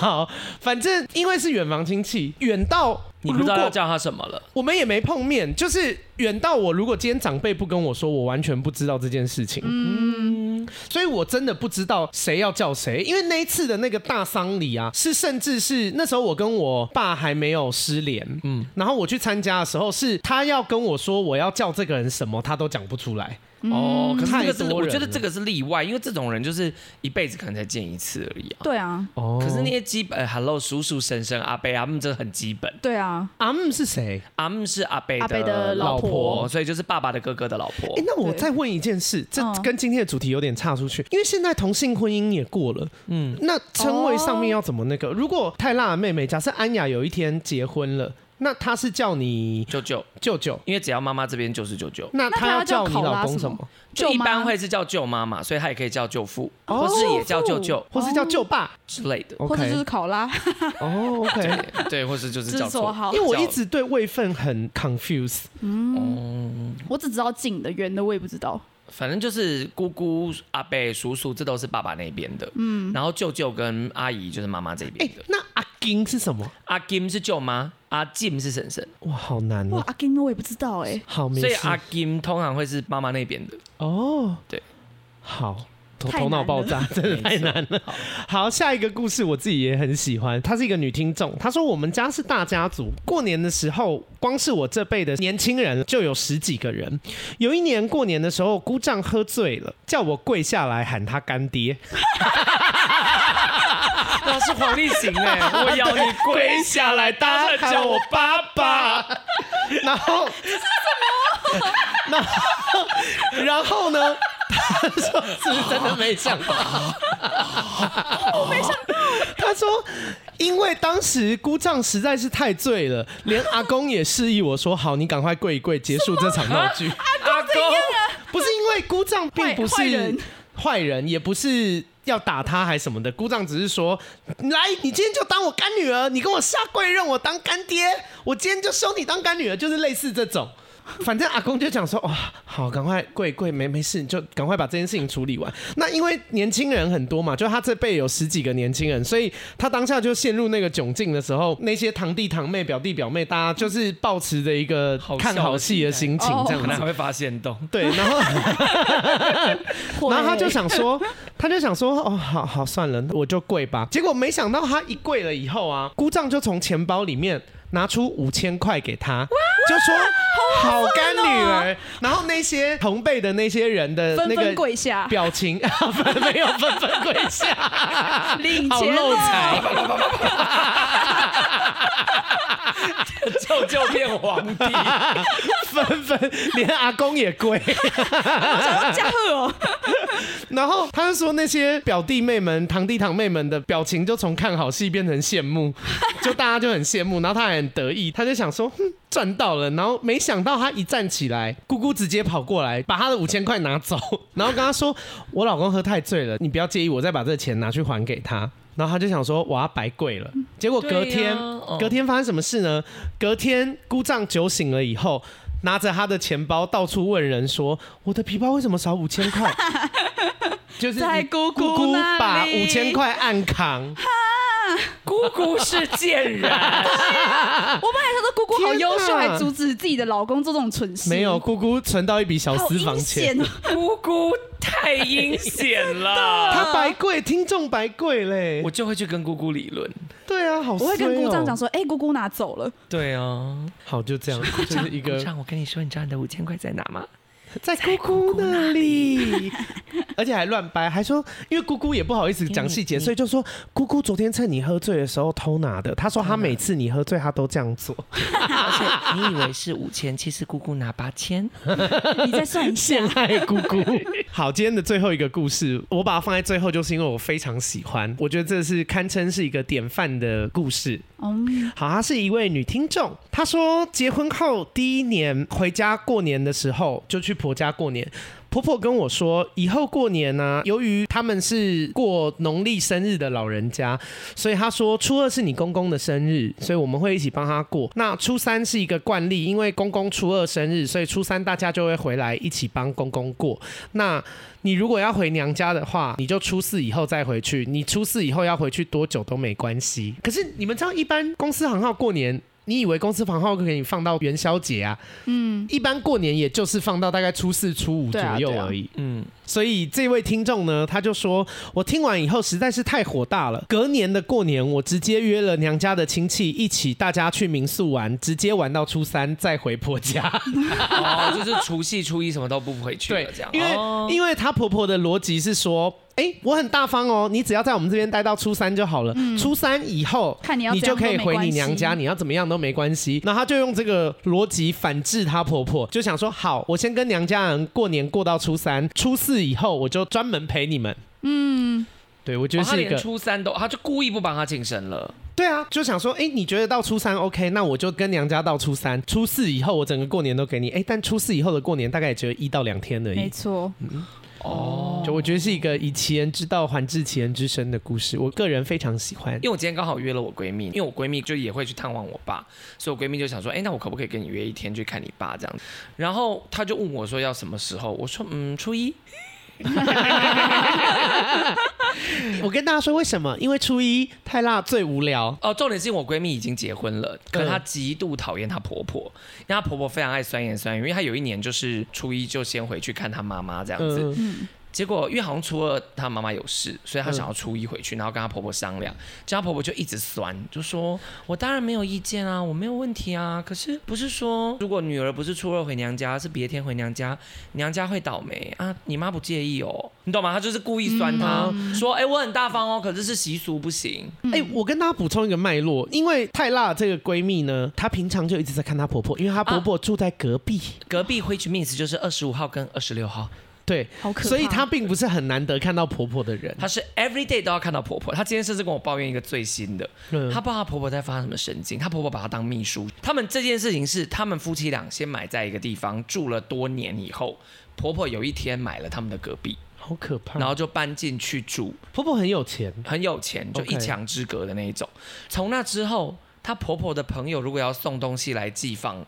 好，哦反正因为是远房亲戚，远到你不如知道要果叫他什么了。我们也没碰面，就是远到我如果今天长辈不跟我说，我完全不知道这件事情。嗯所以我真的不知道谁要叫谁，因为那一次的那个大丧礼啊，是甚至是那时候我跟我爸还没有失联，嗯，然后我去参加的时候，是他要跟我说我要叫这个人什么，他都讲不出来。哦，可是这个太是多我人觉得了这个是例外，因为这种人就是一辈子可能才见一次而已啊。对啊，哦可是那些基本、呃、，Hello 叔叔、婶婶、阿伯、阿姆，这很基本。对啊，阿姆是谁？阿姆是阿伯阿伯的老老婆所以就是爸爸的哥哥的老婆哎、。那我对再问一件事，这嗯跟今天的主题有点岔出去，因为现在同性婚姻也过了，嗯，那称谓上面要怎么那哦个？如果泰辣的妹妹，假设安雅有一天结婚了，那她是叫你舅舅，舅舅，因为只要妈妈这边就是舅舅，那她她要要叫你考拉老公什什么么？就舅一妈般会是叫舅妈嘛，所以他也可以叫舅父，哦或是也叫舅舅或是叫舅爸之类的。 ，OK，哦或者就是考拉，哦，OK。 对，或是就是这叫是错说。好因为，我一直对位分很 confuse，我只知道近的，远的我也不知道。反正就是姑姑、阿伯、叔叔，这都是爸爸那边的。嗯，然后舅舅跟阿姨就是妈妈这哎、边的。那阿金是什么？阿金是舅妈，阿金是婶婶，哇，好难哦、哇，阿金我也不知道哎、好没所以事阿金通常会是妈妈那边 的。哦，对，好，头太难头脑爆炸，真的太难了。好，下一个故事我自己也很喜欢，她是一个女听众，她说我们家是大家族，过年的时候，光是我这辈的年轻人就有十几个人。有一年过年的时候，姑丈喝醉了，叫我跪下来喊他干爹，那是黄立行哎，欸 我要 你跪下来，大声叫我爸 爸。然后这是什么？然后然后呢？他说：“是不是真的没想到？” 他说，因为当时姑丈实在是太醉了，连阿公也示意我说：“好，你赶快跪一跪，结束这场闹剧。阿公，”不是因为姑丈并不坏坏是人坏人，也不是。要打他还什么的，姑丈只是说：“来，你今天就当我干女儿，你跟我下跪认我当干爹，我今天就收你当干女儿，就是类似这种。”反正阿公就讲说：“哇，好，赶快跪跪，没没事，你就赶快把这件事情处理完。”那因为年轻人很多嘛，就他这辈有十几个年轻人，所以他当下就陷入那个窘境的时候，那些堂弟堂妹、表弟表妹，大家就是抱持着一个好看笑的好戏的心情态，这可样能还子。会发现洞。对，然后。会 然后他就想说， 他就想说，哦，好好算了，我就跪吧。结果没想到他一跪了以后啊，姑丈就从钱包里面拿出五千块给他，就说哦好干女儿。然后那些同辈的那些人的纷那纷个跪啊下，表情， 没有纷纷跪下，领好钱哦漏财了。。舅舅变皇 帝，纷纷 连阿公也跪。想要加贺 哦，然后他就说那些表弟妹们、堂弟堂妹们的表情就从看好戏变成羡 慕，就大家就很羡慕，然后他还很得意，他就想说哼赚到了，然后没想到他一站起来，姑姑直接跑过来把他的五千块拿走， 然后跟他说我老公喝太醉了，你不要介意，我再把这钱拿去还给他。然后他就想说，我要白跪了。结果隔对天，呀嗯哦隔天发生什么事呢？隔天姑丈酒醒了以后，拿着他的钱包到处问人说：“我的皮包为什么少五千块？” 就是在姑姑姑姑那把里五千块暗扛，姑姑是贱 人。我本来想说姑姑好优天哪秀，还阻止自己的老公做这种蠢事，没有姑姑存到一笔小好私房阴钱险。哦。姑姑太阴险啊了，他白跪，听众白跪嘞我。就会去跟姑姑理论。对啊，好衰哦。我会跟姑丈讲说，哎，姑姑拿走了，对啊，好，就这样，就是 一个我跟你说，你知道你的五千块在哪吗？在姑姑那里。 而且还乱掰，还说因为姑姑也不好意思讲细节，天哪所以就说姑姑昨天趁你喝醉的时候偷拿的。她说她每次你喝醉，她都这样做。而且你以为是五千，其实姑姑拿八千。你再算一下陷，害姑姑。好，今天的最后一个故事，我把它放在最后，就是因为我非常喜欢，我觉得这是堪称是一个典范的故事。嗯，好，她是一位女听众，她说结婚后第一年回家过年的时候，就去婆家过年。婆婆跟我说，以后过年呢、由于他们是过农历生日的老人家，所以她说初二是你公公的生日，所以我们会一起帮他过。那初三是一个惯例，因为公公初二生日，所以初三大家就会回来一起帮公公过。那你如果要回娘家的话，你就初四以后再回去。你初四以后要回去多久都没关系。可是你们知道，一般公司行号过年，你以为公司行号可以放到元宵节啊？嗯，一般过年也就是放到大概初四、初五左对啊右对啊而已。嗯，所以这位听众呢，他就说：“我听完以后实在是太火大了。隔年的过年，我直接约了娘家的亲戚一起，大家去民宿玩，直接玩到初三再回婆家。 哦，就是除夕初一什么都不回去了，这样。因为、哦因为她婆婆的逻辑是说，哎、我很大方哦，你只要在我们这边待到初三就好了。初三以后，看你要你怎就样可以都没回关你系娘家，你要怎么样都没关系。那她就用这个逻辑反制她婆婆，就想说，好，我先跟娘家人过年过到初三，初四以后我就专门陪你们。嗯，对，我觉得哦他是一连个、初三都，他就故意不帮他庆生了。对啊，就想说，哎、你觉得到初三 OK，那我就跟娘家到初三，初四以后我整个过年都给你。哎、但初四以后的过年大概也只有一到两天而已没。错，哦，就我觉得是一个以其人之道还治其人之身的故事，我个人非常喜欢因。为我今天刚好约了我闺蜜，因为我闺蜜就也会去探望我爸，所以我闺蜜就想说，哎，那我可不可以跟你约一天去看你爸这样？然后她就问我说要什么时候，我说嗯，初一。我跟大家说为什么？因为初一太辣最无聊。哦，重点是因为我闺蜜已经结婚了，可是她极度讨厌她婆婆，因为她婆婆非常爱酸言酸语，因为她有一年就是初一就先回去看她妈妈这样子，嗯，结果因为好像初二她妈妈有事，所以她想要初一回去，然后跟她婆婆商量，结果她婆婆就一直酸，就说我当然没有意见啊，我没有问题啊，可是不是说如果女儿不是初二回娘家，是别天回娘家，娘家会倒霉啊，你妈不介意哦，你懂吗？她就是故意酸她，说哎、我很大方哦，可是是习俗不行，哎、我跟大家补充一个脉络，因为太辣这个闺蜜呢，她平常就一直在看她婆婆，因为她啊婆婆住在隔壁，隔壁 Which Means 就是二十五号跟二十六号，对，好可怕，所以她并不是很难得看到婆婆的人。她是 every day 都要看到婆婆。她今天甚至跟我抱怨一个最新的，嗯她不知道她婆婆在发什么神经，她婆婆把她当秘书。他们这件事情是他们夫妻俩先买在一个地方住了多年以后，婆婆有一天买了他们的隔壁，好可怕。然后就搬进去住，婆婆很有钱，很有钱，就 OK 一墙之隔的那一种。从那之后，她婆婆的朋友如果要送东西来寄放，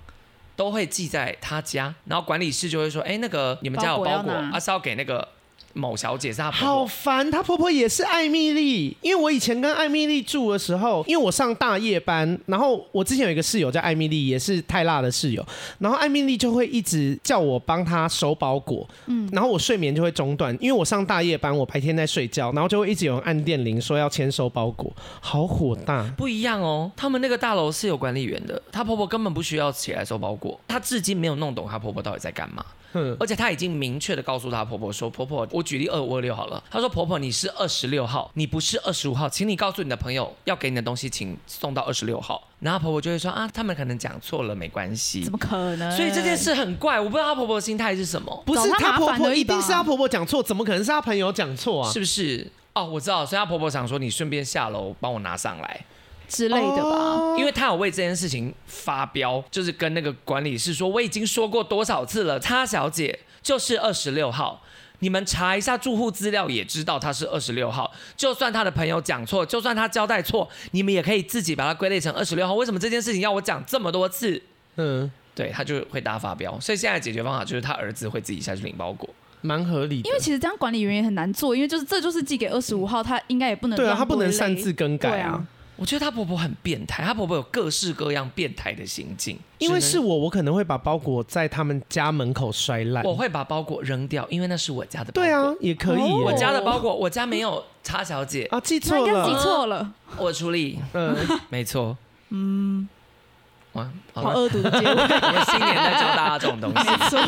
都会寄在她家，然后管理室就会说：“哎，那个你们家有包包裹裹要拿啊，是要给那个某小姐，是她好婆婆。烦。她婆婆也是艾米丽，因为我以前跟艾米丽住的时候，因为我上大夜班，然后我之前有一个室友叫艾米丽，也是泰辣的室友，然后艾米丽就会一直叫我帮她收包裹，嗯，然后我睡眠就会中断，因为我上大夜班，我白天在睡觉，然后就会一直有人按电铃说要签收包裹，好火大。不一样哦，他们那个大楼是有管理员的，她婆婆根本不需要起来收包裹。她至今没有弄懂她婆婆到底在干嘛，嗯而且她已经明确的告诉她婆婆说：“婆婆，我举例二五二六好了，她说婆婆你是二十六号，你不是二十五号，请你告诉你的朋友要给你的东西，请送到二十六号。”然后她婆婆就会说：“啊，他们可能讲错了，没关系。怎”么可能？所以这件事很怪，我不知道她婆婆的心态是什么，不是找她她麻婆烦婆，而一已吧定是她婆婆讲错，怎么可能是她朋友讲错啊？是不是？哦，我知道，所以她婆婆想说你顺便下楼帮我拿上来。之类的吧，哦因为他有为这件事情发飙，就是跟那个管理室说，我已经说过多少次了，叉小姐就是二十六号。你们查一下住户资料，也知道她是二十六号。就算她的朋友讲错，就算她交代错，你们也可以自己把它归类成二十六号。为什么这件事情要我讲这么多次？嗯，对他就会大发飙。所以现在的解决方法就是他儿子会自己下去领包裹。蛮合理的因为。其实这样管理员也很难做，因为就是这就是寄给二十五号，他应该也不能对啊，让她不能归类擅自更改对啊啊。我觉得她婆婆很变态，她婆婆有各式各样变态的行径。因为只能是我，我可能会把包裹在他们家门口摔烂。我会把包裹扔掉，因为那是我家的包裹。对啊，也可以耶。哦我家的包裹，我家没有叉 小姐，啊，记那应错该记了。错了，我处理，嗯，没错。嗯，哇，好好了，恶毒的结尾，我们新年在教大家这种东 西，没错。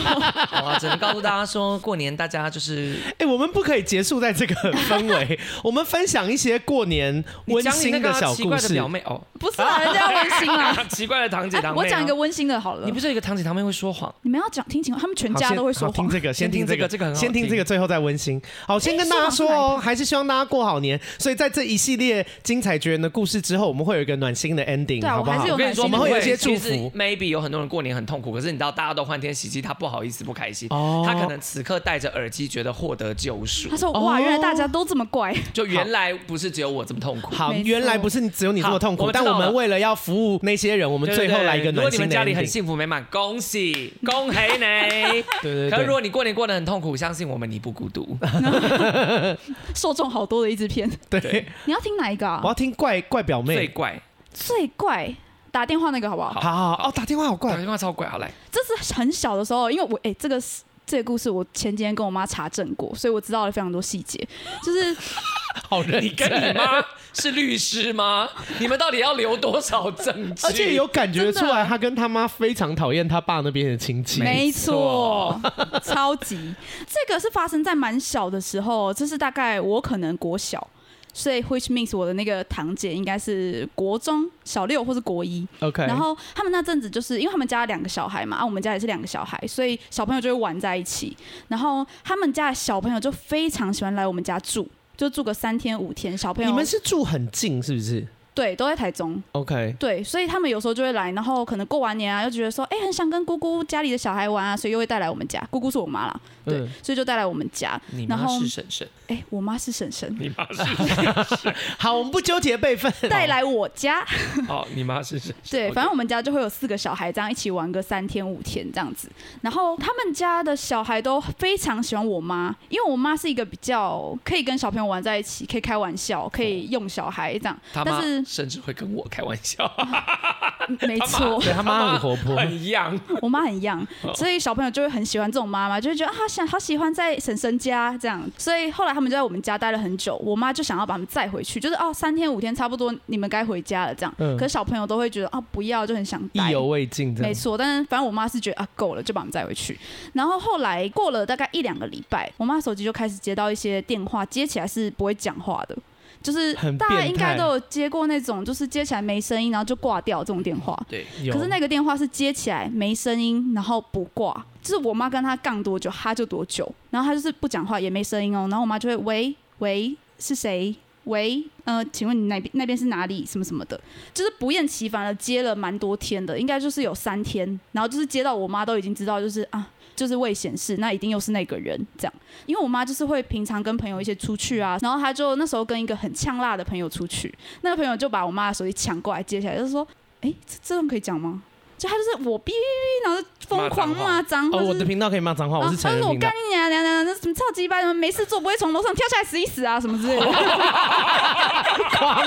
好啊，只能告诉大家说，过年大家就是哎、我们不可以结束在这个氛围，我们分享一些过年你温讲你那馨个啊小奇故怪的事哎表。妹 哦，不是啊，人家要温馨啊。 奇怪的堂姐堂妹啊，我讲一个温馨的好了你，不是有一个堂姐堂妹会说谎？你们要讲听情况，他们全好家先都会说好听谎。这个，先先听听这这个个，这个很好先听这听个，最后再温馨。好，先跟大家说说谎是哪哦，一趴还是希望大家过好年。所以在这一系列精彩绝伦的故事之后，我们会有一个暖心的 ending，对啊好不我还好是有我？跟你说，我们会有一些祝其实福 Maybe 有很多人过年很痛苦，可是你知道，大家都欢天喜地，他不好意思不开心，哦他可能此刻戴着耳机，觉得获得救赎他，说：“哦哇，原来大家都这么怪。就原来不是只有我这么痛苦。好，没错原来不是你只有你这么痛好苦，我知但道我们了为了要服务那些人，我们对最后来一个对对如果暖你心们的家里很 ending。幸福美满，恭喜恭喜你！ 对对可是对，如果你过年过得很痛苦，相信我们你不孤独。”受众好多的一支片，对，你要听哪一个我啊？要听怪怪表最妹。怪，最怪打电话那个好不好？好好好哦，打电话好打怪电话超怪，好来，这是很小的时候，因为我哎、这个是这个故事我前几天跟我妈查证过，所以我知道了非常多细节。就是好人，你跟你妈 是律师吗？你们到底要留多少证据？而且有感觉出真来，的他跟他妈非常讨厌他爸那边的亲戚。没没错错，超级。这个是发生在蛮小的时候，这是大概我可能国小，所以 which means 我的那个堂姐应该是国中小六或是国一。 OK，然后他们那阵子就是因为他们家两个小孩嘛，啊，我们家也是两个小孩，所以小朋友就会玩在一起。然后他们家的小朋友就非常喜欢来我们家住，就住个三天五天。小朋友你们是住很近是不是对都在台中， ？OK，对，所以他们有时候就会来，然后可能过完年啊，又觉得说，哎、很想跟姑姑家里的小孩玩啊，所以又会带来我们家。姑姑是我妈啦，对，嗯所以就带来我们家。你然妈后是婶婶，哎、我妈是婶婶，你妈是好，我们不纠结辈分。带来我家。哦，你妈是婶婶。对， OK 反正我们家就会有四个小孩，这样一起玩个三天五天这样子。哎然后他们家的小孩都非常喜欢我妈，因为我妈是一个比较可以跟小朋友玩在一起，可以开玩笑，可以用小孩这样。他但妈是甚至会跟我开玩笑，嗯没错，对他妈很活泼，很样。我妈 很样，哦所以小朋友就会很喜欢这种妈妈，就会觉得啊，想好喜欢在婶婶家这样。所以后来他们就在我们家待了很久，我妈就想要把他们载回去，就是哦，三天五天差不多，你们该回家了这样。嗯可是小朋友都会觉得啊，不要，就很想意待。犹未尽这没样。错，但是反正我妈是觉得啊够了，就把我们载回去。然后后来过了大概一两个礼拜，我妈手机就开始接到一些电话，接起来是不会讲话的，就是很大家变应该态都有接过那种，就是接起来没声音，然后就挂掉这种电话。对，有可是那个电话是接起来没声音，然后不挂，就是我妈跟她杠多久，她就多久，然后她就是不讲话也没声音哦，然后我妈就会喂喂是谁？喂，呃，请问你那边那边是哪里？什么什么的，就是不厌其烦的接了蛮多天的，应该就是有三天，然后就是接到我妈都已经知道，就是啊，就是未显示，那一定又是那个人这样。因为我妈就是会平常跟朋友一起出去啊，然后她就那时候跟一个很呛辣的朋友出去，那个朋友就把我妈的手机抢过来接起来，就是说，哎、这这种可以讲吗？就她就是我哔哔哔，然后就疯狂骂脏话，哦，我就是的频道可以骂脏话，啊我是成她人说我频道干。你娘娘娘，那什么超级班，没事做不会从楼上跳下来死一死啊，什么之类的。狂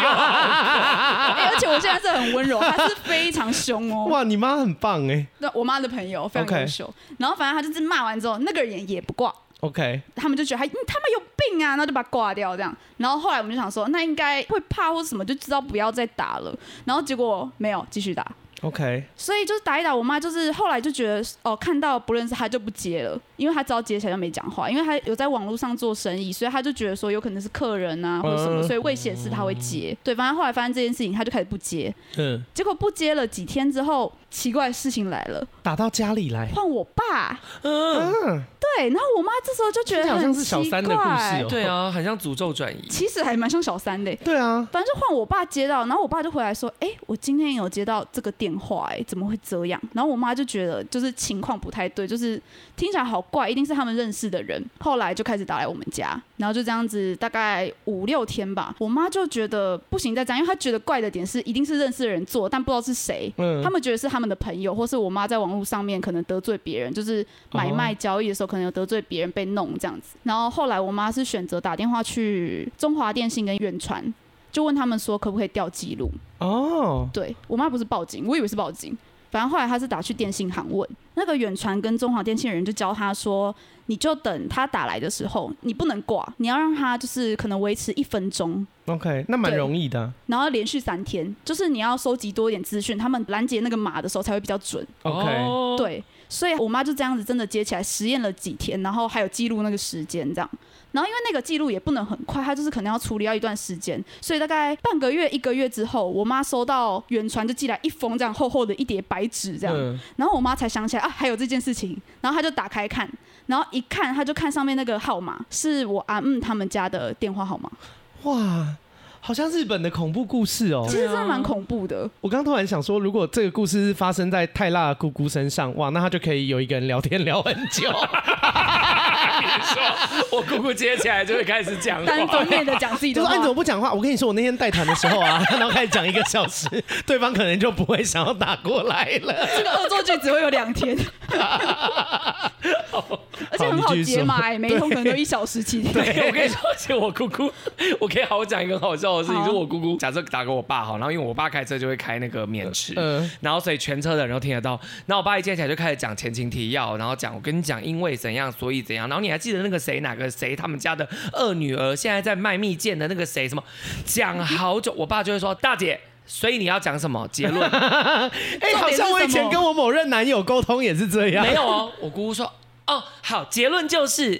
骂哎而且我现在是很温柔，她是非常凶哦。 哇，你妈很棒哎。那我妈的朋友非常 OK 优秀然后反正她就是骂完之后，那个人也不挂， OK，他们就觉得他嗯他们有病啊，然后就把他挂掉这样。然后后来我们就想说，那应该会怕或什么，就知道不要再打了。然后结果没有继续打， OK，所以就是打一打，我妈就是后来就觉得哦，看到不认识她就不接了，因为她知道接起来就哦没讲话，因为她有在网络上做生意，所以她就觉得说有可能是客人啊或者什么，嗯所以未显示她会接。对，反正后来发生这件事情，她就开始不接。嗯，结果不接了几天之后，奇怪的事情来了，打到家里来，换我爸。嗯，嗯，对，然后我妈这时候就觉这得好很像是小奇三怪，的故事哦。对，啊，很像诅咒转移。其实还蛮像小三的欸、对啊，反正就换我爸接到，然后我爸就回来说：“哎、我今天有接到这个电话、哎，怎么会这样？”然后我妈就觉得就是情况不太对，就是听起来好怪，一定是他们认识的人。后来就开始打来我们家，然后就这样子大概五六天吧。我妈就觉得不行再这样，因为她觉得怪的点是一定是认识的人做，但不知道是谁。嗯他，们觉得是他们的朋友，或是我妈在网络上面可能得罪别人，就是买卖交易的时候可能有得罪别人被弄这样子。然后后来我妈是选择打电话去中华电信跟远传，就问他们说可不可以调记录。哦，对我妈不是报警，我以为是报警，反正后来他是打去电信行问，那个远传跟中华电信的人就教他说，你就等他打来的时候，你不能挂，你要让他就是可能维持一分钟， OK，那蛮对容易的啊。然后连续三天，就是你要收集多一点资讯，他们拦截那个码的时候才会比较准。 OK，哦，对，所以我妈就这样子真的接起来实验了几天，然后还有记录那个时间这样。然后因为那个记录也不能很快，它就是可能要处理要一段时间，所以大概半个月、一个月之后，我妈收到远传就寄来一封这样厚厚的一叠白纸这样，嗯，然后我妈才想起来啊，还有这件事情，然后她就打开看，然后一看她就看上面那个号码是我阿嗯他们家的电话号码，哇，好像日本的恐怖故事哦其。实真的蛮恐怖的。我刚突然想说，如果这个故事是发生在泰辣的姑姑身上，哇，那他就可以有一个人聊天聊很 久。我姑姑接起来就会开始讲单话方。面的讲自 己就的说、话啊、你，怎么不讲话？我跟你说，我那天带团的时候 啊，然后开始讲一个小时，对方可能就不会想要打过来了。 这个恶作剧只会有两天，而且很好解码，欸每一通可能都一小时起跳。 对，我跟你说，而且我姑姑， 我可以好好讲一个很好笑的事情，好就是我姑姑假设打给我爸好，然后因为我爸开车就会开那个免持，嗯然后所以全车的人都听得到。然后我爸一接起来就开始讲前情提要，然后讲我跟你讲因为怎样所以怎样，然后你还记得那个谁哪个谁他们家的二女儿现在在卖蜜饯的那个谁什么，讲好久，我爸就会说大姐。所以你要讲什么结论？哎、好像我以前跟我某任男友沟通也是这样没。有哦，我姑姑说哦，好，结论就是，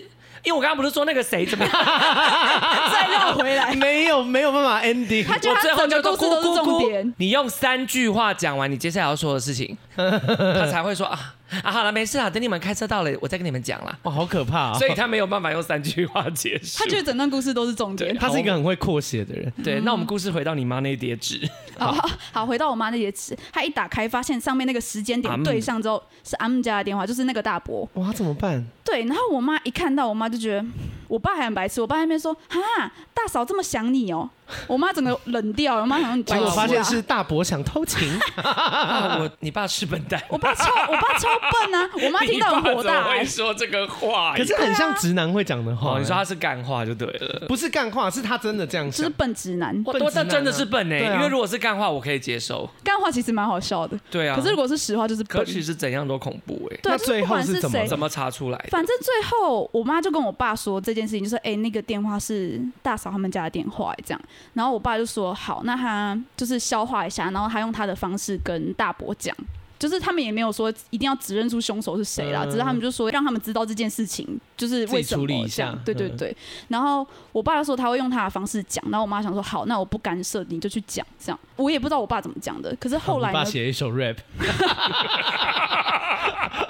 因为我刚刚不是说那个谁怎么样， 再绕回 来，没有没有办法 ending， 他觉我得最他后整就说个故事都是重点。你用三句话讲完你接下来要说的事情，他才会说啊啊好了，没事啦，等你们开车到了，我再跟你们讲啦。哇，好可怕、哦！所以他没有办法用三句话结束。 他觉得整段故事都是重点。哎他是一个很会扩写的人。对，那我们故事回到你妈那一叠纸，好好，回到我妈那些纸，她一打开发现上面那个时间阿点姆对上之后是阿姆家的电话，就是那个大伯。哇，怎么办？对，然后我妈一看到，我妈就觉得我爸还很白痴，我爸在那边说哈大嫂这么想你哦，我妈整个冷掉，我妈想说你结白痴果啊发现是大伯想偷 情，啊我你爸是笨蛋，我爸超我爸超笨啊，我妈听到很火你爸怎大、么欸会。说这个啊话？可是很像直男会讲的话、哦，你说他是干话就对 了。不是干话，是他真的这样就是想。笨直男，我笨直多男啊但真的是笨呢、对啊因为如果是干话，我可以接受。干话其实蛮好笑的，对啊，可是如果是实话就是可笨。其实怎样都恐怖哎、对，那啊就是最不后管是是怎么谁，怎么查出来的？反正最后我妈就跟我爸说这件事情，就说：“哎、那个电话是大嫂他们家的电话、这样。”然后我爸就说：“好，那他就是消化一下，然后他用他的方式跟大伯讲。”就是他们也没有说一定要指认出凶手是谁啦，嗯只是他们就说让他们知道这件事情就是为什么自己处理一下这样对对嗯对。然后我爸说他会用他的方式讲，然后我妈想说好，那我不干涉，你就去讲这样。我也不知道我爸怎么讲的，可是后来啊你爸呢，写一首 rap，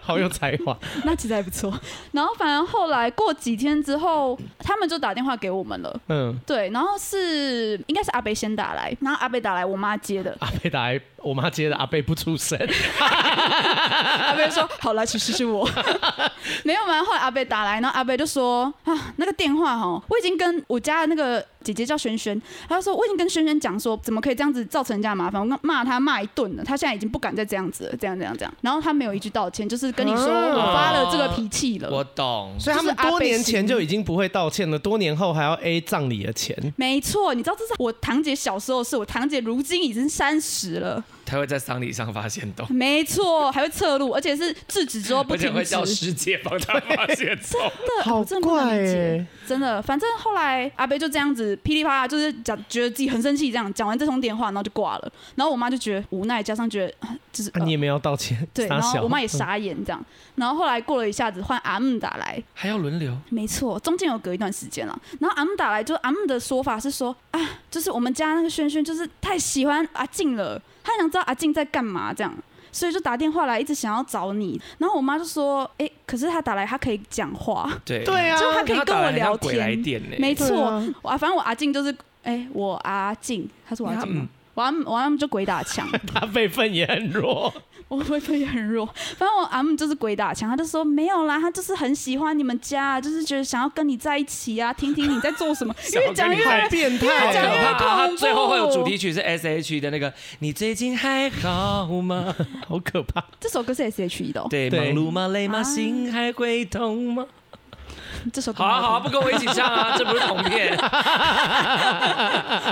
好有才华。 那其实还不错。然后反正后来过几天之后，他们就打电话给我们了。嗯，。对，然后是应该是阿北先打来，然后阿北打来，我妈接 的阿贝打来，我妈接的阿贝不出声。阿北说：“好了，其实是 我。”没有嘛。后来阿北打来，然后阿北就说：“啊，那个电话哈，我已经跟我家的那个姐姐叫璇璇，她就说我已经跟璇璇讲说，怎么可以这样子造成人家的麻烦？我骂她骂一顿了，她现在已经不敢再这样子了，这样这样这样。然后她没有一句道歉，就是跟你说啊我发了这个脾气了。我懂， 所以他们多年前就已经不会道歉了，多年后还要 A 葬礼的钱。没错，你知道这是我堂姐小时候的事，我堂姐如今已经三十了，他会在丧礼上发现洞。没错，还会侧录，而且是制止之后不而且停会止叫。师 姐帮他发现洞。真的，好我真的不能理怪解欸，真的。反正后来阿贝就这样子噼里啪啦，就是讲觉得自己很生气，这样讲完这通电话，然后就挂了。然后我妈就觉得无奈，加上觉得啊就是、啊，呃你也没有道歉，对，傻然后小嗯我妈也傻眼这样。然后后来过了一下子，换阿木打来，还要轮流，没错，中间有隔一段时间了。然后阿木打来，就阿木的说法是说啊，就是我们家那个轩轩就是太喜欢阿静了，他想知道阿静在干嘛这样，所以就打电话来一直想要找你。然后我妈就说，哎、可是他打来他可以讲话，对对啊，就他可以跟我聊鬼来天，电呢、 没对错。啊我啊，反正我阿静就是，哎、我阿静，他是我阿静嗯吗。我阿姆我阿姆就鬼打墙， 他辈分也很弱。我会不会很弱？反正我阿姆就是鬼打墙，他就说没有啦，他就是很喜欢你们家，啊就是觉得想要跟你在一起啊，听听你在做什么，越讲越好变态讲越哦，他他恐怖最后会有主题曲是 S H E 的那个，你最近还好 吗？好可怕！这首歌是 S.H.E 的、哦，对，忙对碌吗？累吗？啊心还会痛吗？这首歌好啊好啊，不跟 我一起唱啊，这不是同片。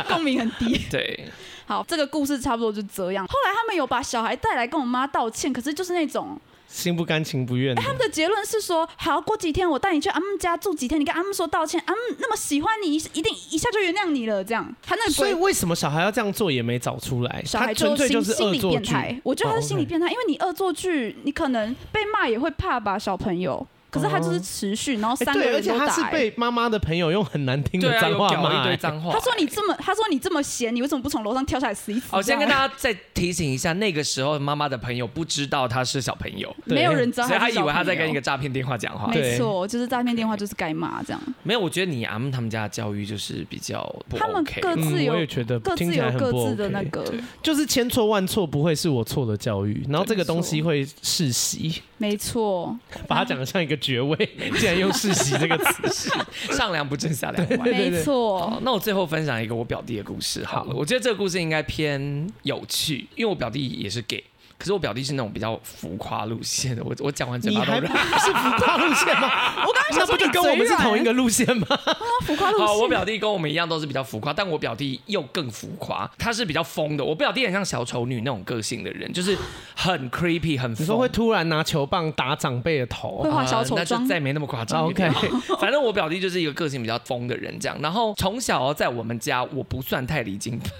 共鸣很低。对， 好，这个故事差不多就这样。后来他们有把小孩带来跟我妈道歉，可是就是那种心不甘情不愿的哎他。们的结论是说，好，过几天我带你去阿姆家住几天，你跟阿姆说道歉，阿姆那么喜欢你，一定一下就原谅你了，这样。他那个所以鬼为什么小孩要这样做也没找出来？小孩他纯粹心就是心恶理作变剧。态，我觉得他哦是心理，OK 变态，因为你恶作剧，你可能被骂也会怕吧，小朋友。可是他就是持续，然后哎三个对，而人且都他打、是欸被妈妈的朋友用很难听对的啊，脏又话搞骂、一堆哎脏话。他说你这么，他说你这么闲，你为什么不从楼上跳下来死一死？哦好，先这跟样大家再提醒一下，那个时候妈妈的朋友不知道他是小朋友，对没有人知道所以他他是以小为他在朋友跟一个诈骗电话讲话。对没错，就是诈骗电话就是该骂这样。没有，我觉得你阿姆他们家的教育就是比较不他们 OK。各自嗯有我也觉得各自听起来有很各不自的 OK 那个，就是千错万错不会是我错的教育，然后这个没错东西会世袭，没错，把它讲的像一个爵 位，竟然用世袭这个词。 上梁不正下梁歪。对没好错，那我最后分享一个我表弟的故事好了，好我觉得这个故事应该偏有趣，因为我表弟也是 gay，可是我表弟是那种比较浮夸路线的。我我讲完嘴你巴还都不 软。是浮夸路线 吗？我刚刚想说不就你跟我嘴们是软同一个 路线吗？那浮夸路 好，线，我表弟跟我们一样都是比较浮夸，但我表弟又更浮夸，他是比较疯的。我表弟很像小丑女那种个性的人，就是很 creepy，很你疯。说会突然拿球棒打长辈的头 会，画小丑呃那就妆，再没那么夸张。啊，OK 反正我表弟就是一个个性比较疯的人，这样。然后从小哦在我们家，我不算太离经 叛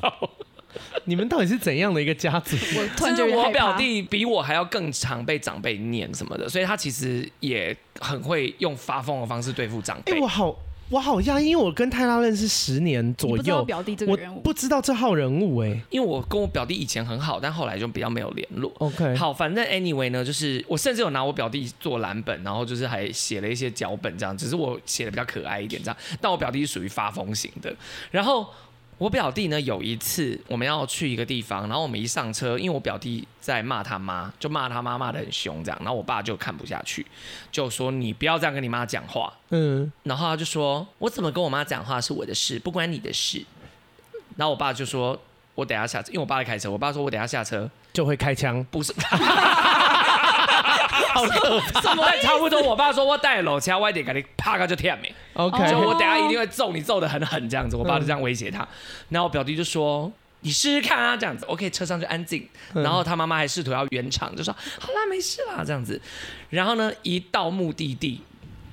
道， 你们到底是怎样的一个家族？ 我突就然是觉得我表弟比我还要更常被长辈念什么的，所以他其实也很会用发疯的方式对付长哎、辈。我好，我好讶异，因为我跟泰拉认识十年左你不知道右，表弟这个我人物，不知道这号人物哎、因为我跟我表弟以前很好，但后来就比较没有联络。 OK，好，反正 anyway 呢，就是我甚至有拿我表弟做蓝本，然后就是还写了一些脚本这样，只是我写的比较可爱一点这样。但我表弟是属于发疯型的。然后我表弟呢，有一次我们要去一个地方，然后我们一上车，因为我表弟在骂他妈，就骂他妈骂的很凶这样，然后我爸就看不下去，就说你不要这样跟你妈讲话。嗯，然后他就说：“我怎么跟我妈讲话是我的事，不关你的事。”然后我爸就说：“我等一下下车，因为我爸在开车。我爸说：‘我等一下下车，就会开枪，不是。’好可什么？但差不多，我爸说我带楼掐歪点，给你啪个就舔没。 OK，就我等下一定会揍你，揍的很狠这样子。我嗯爸就这样威胁他，然后我表弟就说。你试试看啊，这样子，OK，车上就安静。嗯然后他妈妈还试图要圆场，就说好啦，没事啦，这样子。然后呢，一到目的地，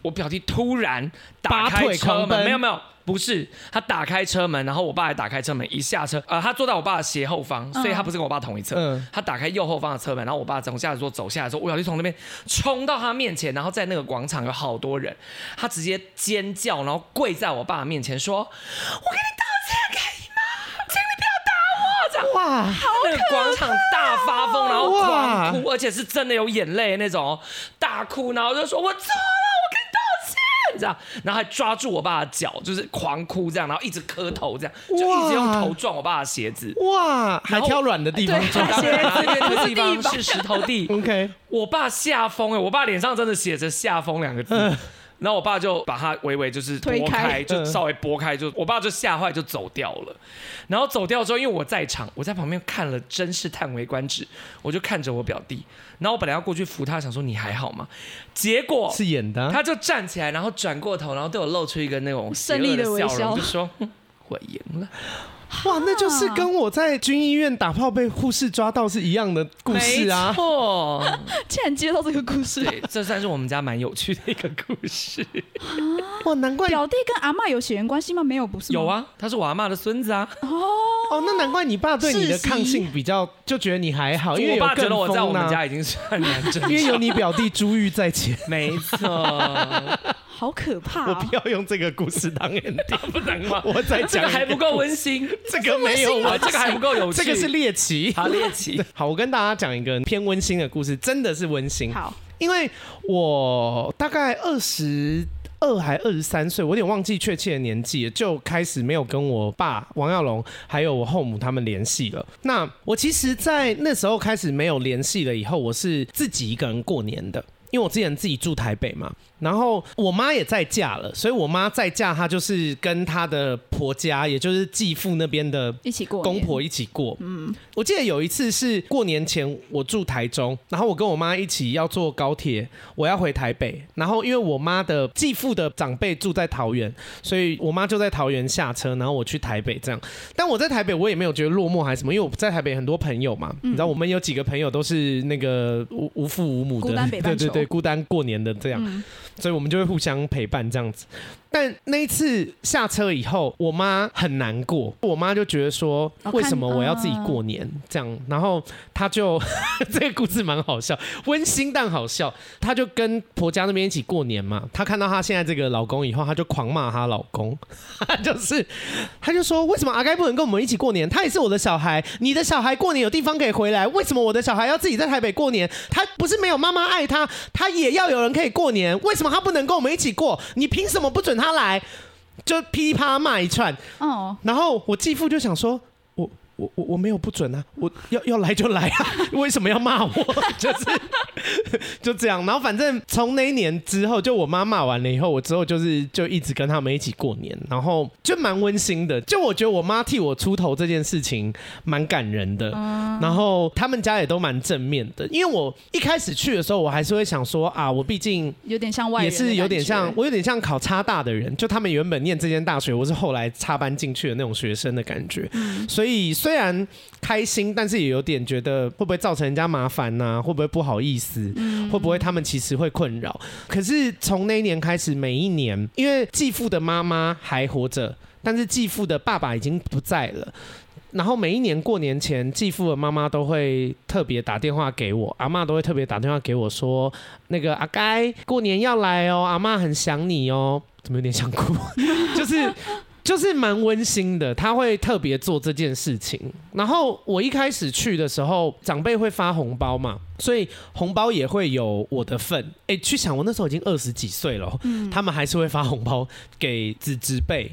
我表弟突然打拔开腿车狂门，奔没有没有，不是，他打开车门，然后我爸还打开车门，一下车，呃，他坐在我爸的斜后方，所以他不是跟我爸同一侧，嗯他打开右后方的车门，然后我爸从下来说走下来的时候，我表弟从那边冲到他面前，然后在那个广场有好多人，他直接尖叫，然后跪在我爸面前说：“我跟你道歉可以吗？请你不要打我！”这样哇，那个广场大发疯，然后哇狂哭，而且是真的有眼泪那种哦，大哭，然后就说我错了，我跟你道歉，这样，然后还抓住我爸的脚，就是狂哭这样，然后一直磕头这样，就一直用哇头撞我爸的鞋子。哇，还然后挑软的地方对撞当然，那边的地不是地方板是石头地， ，OK， 我爸吓疯哎，我爸脸上真的写着“吓疯”两个字。然后我爸就把他微微就是拨推开就稍微拨开，就我爸就吓坏，就走掉了。然后走掉之后，因为我在场，我在旁边看了，真是叹为观止。我就看着我表弟，然后我本来要过去扶他，想说你还好吗？结果是演的啊、他就站起来，然后转过头，然后对我露出一个那种邪恶胜利的的微笑容，笑就说哼：“我赢了。”哇，那就是跟我在军医院打炮被护士抓到是一样的故事没啊。错，竟然接到这个故事，对，这算是我们家蛮有趣的一个故 事。哇，难怪表弟跟阿嬷有血缘关系吗？没有，不是吗有，啊，他是我阿妈的孙子啊。哦，那难怪你爸对你的世袭抗性比较，就觉得你还好，哦因为我有爸觉更得我在我疯们啊，家已经算蛮正因为有常。你表弟珠玉在前， 没 错，好可怕、我啊不！要用这个故事当 ending，不能吗？我再这讲个还不够温馨，这个没有啊我这个还不够有趣，这个是猎奇。好猎奇。好，我跟大家讲一个偏温馨的故事，真的是温馨。好，因为我大概二十二还二十三岁，我有点忘记确切的年纪了，就开始没有跟我爸王耀龙还有我后母他们联系了。那我其实，在那时候开始没有联系了以后，我是自己一个人过年的。因为我之前自己住台北嘛，然后我妈也在嫁了，所以我妈在嫁，她就是跟她的婆家，也就是继父那边的一起过公年婆一起过。嗯，我记得有一次是过年前，我住台中，然后我跟我妈一起要坐高铁，我要回台北。然后因为我妈的继父的长辈住在桃园，所以我妈就在桃园下车，然后我去台北这样。但我在台北，我也没有觉得落寞还是什么，因为我在台北很多朋友嗯嘛，你知道我们有几个朋友都是那个无无父无母孤的单，北对半球对对，孤单过年的这样。嗯，所以我们就会互相陪伴这样子。但那一次下车以后，我妈很难过，我妈就觉得说，哦为什么我要自己过年这样？然后她就 这个故事蛮好笑，温馨但好笑。她就跟婆家那边一起过年嘛，她看到她现在这个老公以后，她就狂骂她老公， 她就是她就说，为什么阿该不能跟我们一起过年？他也是我的小孩，你的小孩过年有地方可以回来，为什么我的小孩要自己在台北过年？他不是没有妈妈爱他，他也要有人可以过年，为什么他不能跟我们一起过？你凭什么不准他来？就噼里啪啦骂一串，哦，然后我继父就想说，我我我我没有不准啊，我要要来就来啊， 为什么要骂我？就是就这样，然后反正从那一年之后，就我妈骂完了以后，我之后就是就一直跟他们一起过年，然后就蛮温馨的。就我觉得我妈替我出头这件事情蛮感人的，然后他们家也都蛮正面的，因为我一开始去的时候，我还是会想说啊，我毕竟有点像外也人的感觉，是有点像，我有点像考差大的人，就他们原本念这间大学，我是后来插班进去的那种学生的感觉。嗯所以虽然开心，但是也有点觉得会不会造成人家麻烦呐、会不会不好意思？嗯会不会他们其实会困扰？可是从那一年开始，每一年，因为继父的妈妈还活着，但是继父的爸爸已经不在了。然后每一年过年前，继父的妈妈都会特别打电话给我，阿嬷都会特别打电话给我说，那个阿该过年要来哦，阿嬷很想你哦，怎么有点想哭？ 就是就是蛮温馨的，他会特别做这件事情。然后我一开始去的时候，长辈会发红包嘛，所以红包也会有我的份。哎、去想我那时候已经二十几岁了哦，他们还是会发红包给子侄辈，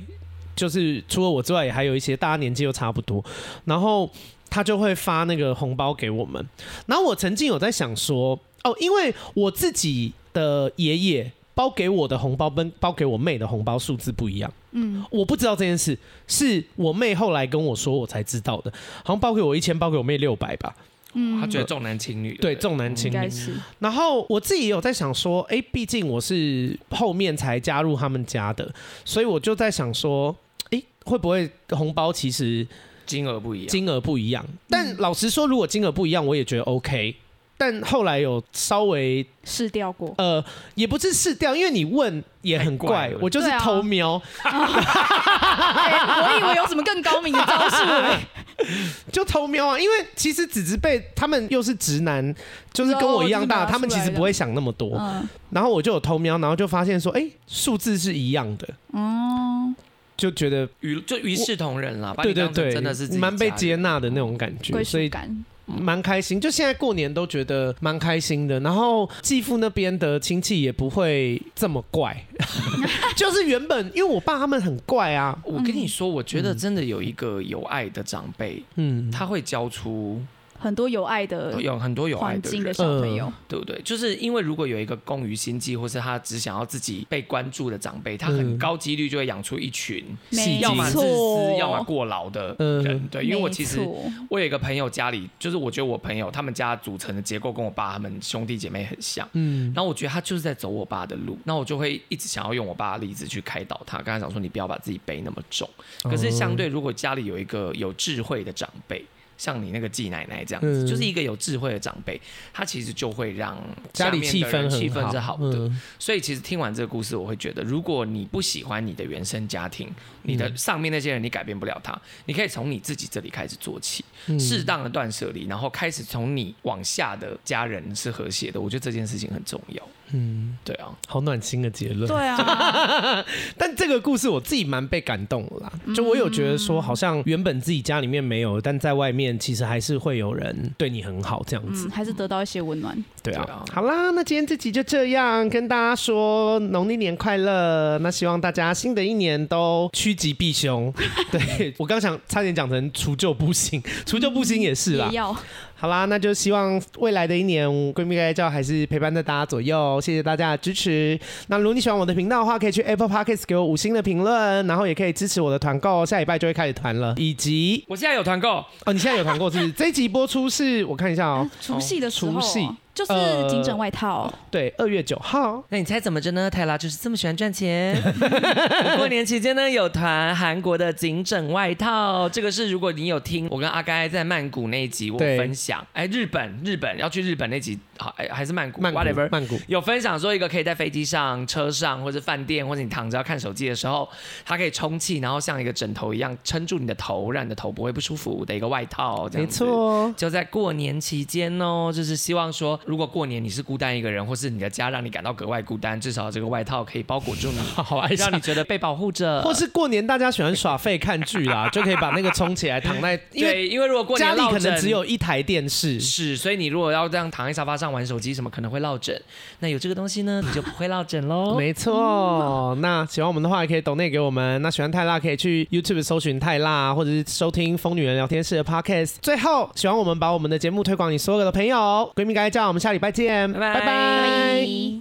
就是除了我之外，也还有一些大家年纪又差不多，然后他就会发那个红包给我们。然后我曾经有在想说，哦，因为我自己的爷爷包给我的红包跟包给我妹的红包数字不一样。嗯，我不知道这件事，是我妹后来跟我说，我才知道的。好像包给我一千，包给我妹六百吧。嗯，他觉得重男轻女，对，不重男轻应女该。是然后我自己也有在想说，哎，毕竟我是后面才加入他们家的，所以我就在想说，哎，会不会红包其实金额不一样，金额不一样？但老实说，如果金额不一样，我也觉得 OK。但后来有稍微试掉过， 呃，也不是试掉，因为你问也很太怪怪了，我就是对啊偷瞄。哎我以为有什么更高明的招数欸，就偷瞄啊，因为其实子侄辈他们又是直男，就是跟我一样大，哦就是拿出来他们其实不会想那么多。嗯，然 后我就有偷瞄，然后就发现说，哎、数字是一样的，哦，就觉得与就一视同仁啦，把对你对当成对，真的是自己蛮被家人嗯接纳的那种感觉，归所以属感，嗯蛮开心。就现在过年都觉得蛮开心的，然后继父那边的亲戚也不会这么 怪，就是原本因为我爸他们很怪啊，我跟你说，我觉得真的有一个有爱的长辈，嗯，他会教出很多有爱的有很多有爱环的境的人，小朋友，对不对？就是因为如果有一个工于心计，或是他只想要自己被关注的长辈，他很嗯高几率就会养出一群戏没精要么自私，错，要么过劳的人。嗯对，因为我其没实错我有一个朋友家里，就是我觉得我朋友他们家组成的结构跟我爸他们兄弟姐妹很像。嗯，然后我觉得他就是在走我爸的路，那我就会一直想要用我爸的例子去开导他。刚才讲说，你不要把自己背那么重。哦可是相对，如果家里有一个有智慧的长辈，像你那个季奶奶这样子，嗯就是一个有智慧的长辈，他其实就会让家里下面气的人氛气很氛是好的。嗯所以其实听完这个故事，我会觉得，如果你不喜欢你的原生家庭，你嗯的上面那些人你改变不了他，你可以从你自己这里开始做起，嗯适当的断舍离，然后开始从你往下的家人是和谐的。我觉得这件事情很重要。嗯，对啊，好暖心的结论。对啊，但这个故事我自己蛮被感动的啦，嗯就我有觉得说，好像原本自己家里面没有，但在外面其实还是会有人对你很好这样子。嗯，还是得到一些温暖。对啊，对啊好啦，那今天这集就这样，跟大家说农历年快乐。那希望大家新的一年都趋吉避 凶。对我刚想差点讲成除旧布新，除旧布新也是啦也。要，好啦，那就希望未来的一年，嗯闺蜜该叫还是陪伴在大家左右。谢谢大家的支持。那如果你喜欢我的频道的话，可以去 Apple Podcast 给我五星的评论，然后也可以支持我的团购，下礼拜就会开始团了。以及我现在有团购，哦，你现在有团购是不是？这一集播出是我看一下哦，啊除夕的时候除夕哦，就是呃金枕外套。对，二月九号。那你猜怎么着呢？泰拉就是这么喜欢赚钱。我过年期间呢，有团韩国的颈枕外套，这个是如果你有听我跟阿该在曼谷那一集我对分享，哎，日本日本要去日本那集，好哎还是曼谷曼谷 w h a t e v e r 曼谷，有分享说一个可以在飞机上、车上或者饭店，或者你躺着要看手机的时候，它可以充气，然后像一个枕头一样撑住你的头，让你的头不会不舒服的一个外套。这没样子。错，就在过年期间哦，就是希望说，如果过年你是孤单一个人，或是你的家让你感到格外孤单，至少这个外套可以包 裹住你，好爱让你觉得被保护着。或是过年大家喜欢耍废看剧啦，就可以把那个冲起来躺在，因为对，因为如果过家年里落可能枕只有一台电视，是，所以你如果要这样躺在沙发上玩手机什么，可能会落枕。那有这个东西呢，你就不会落枕喽。 没错，那喜欢我们的话，也可以抖内给我们。那喜欢泰辣，可以去 YouTube 搜寻泰辣，或者是收听疯女人聊天室的 Podcast。最后，喜欢我们把我们的节目推广给所有的朋友，闺蜜该叫，我们下礼拜见，拜拜拜拜拜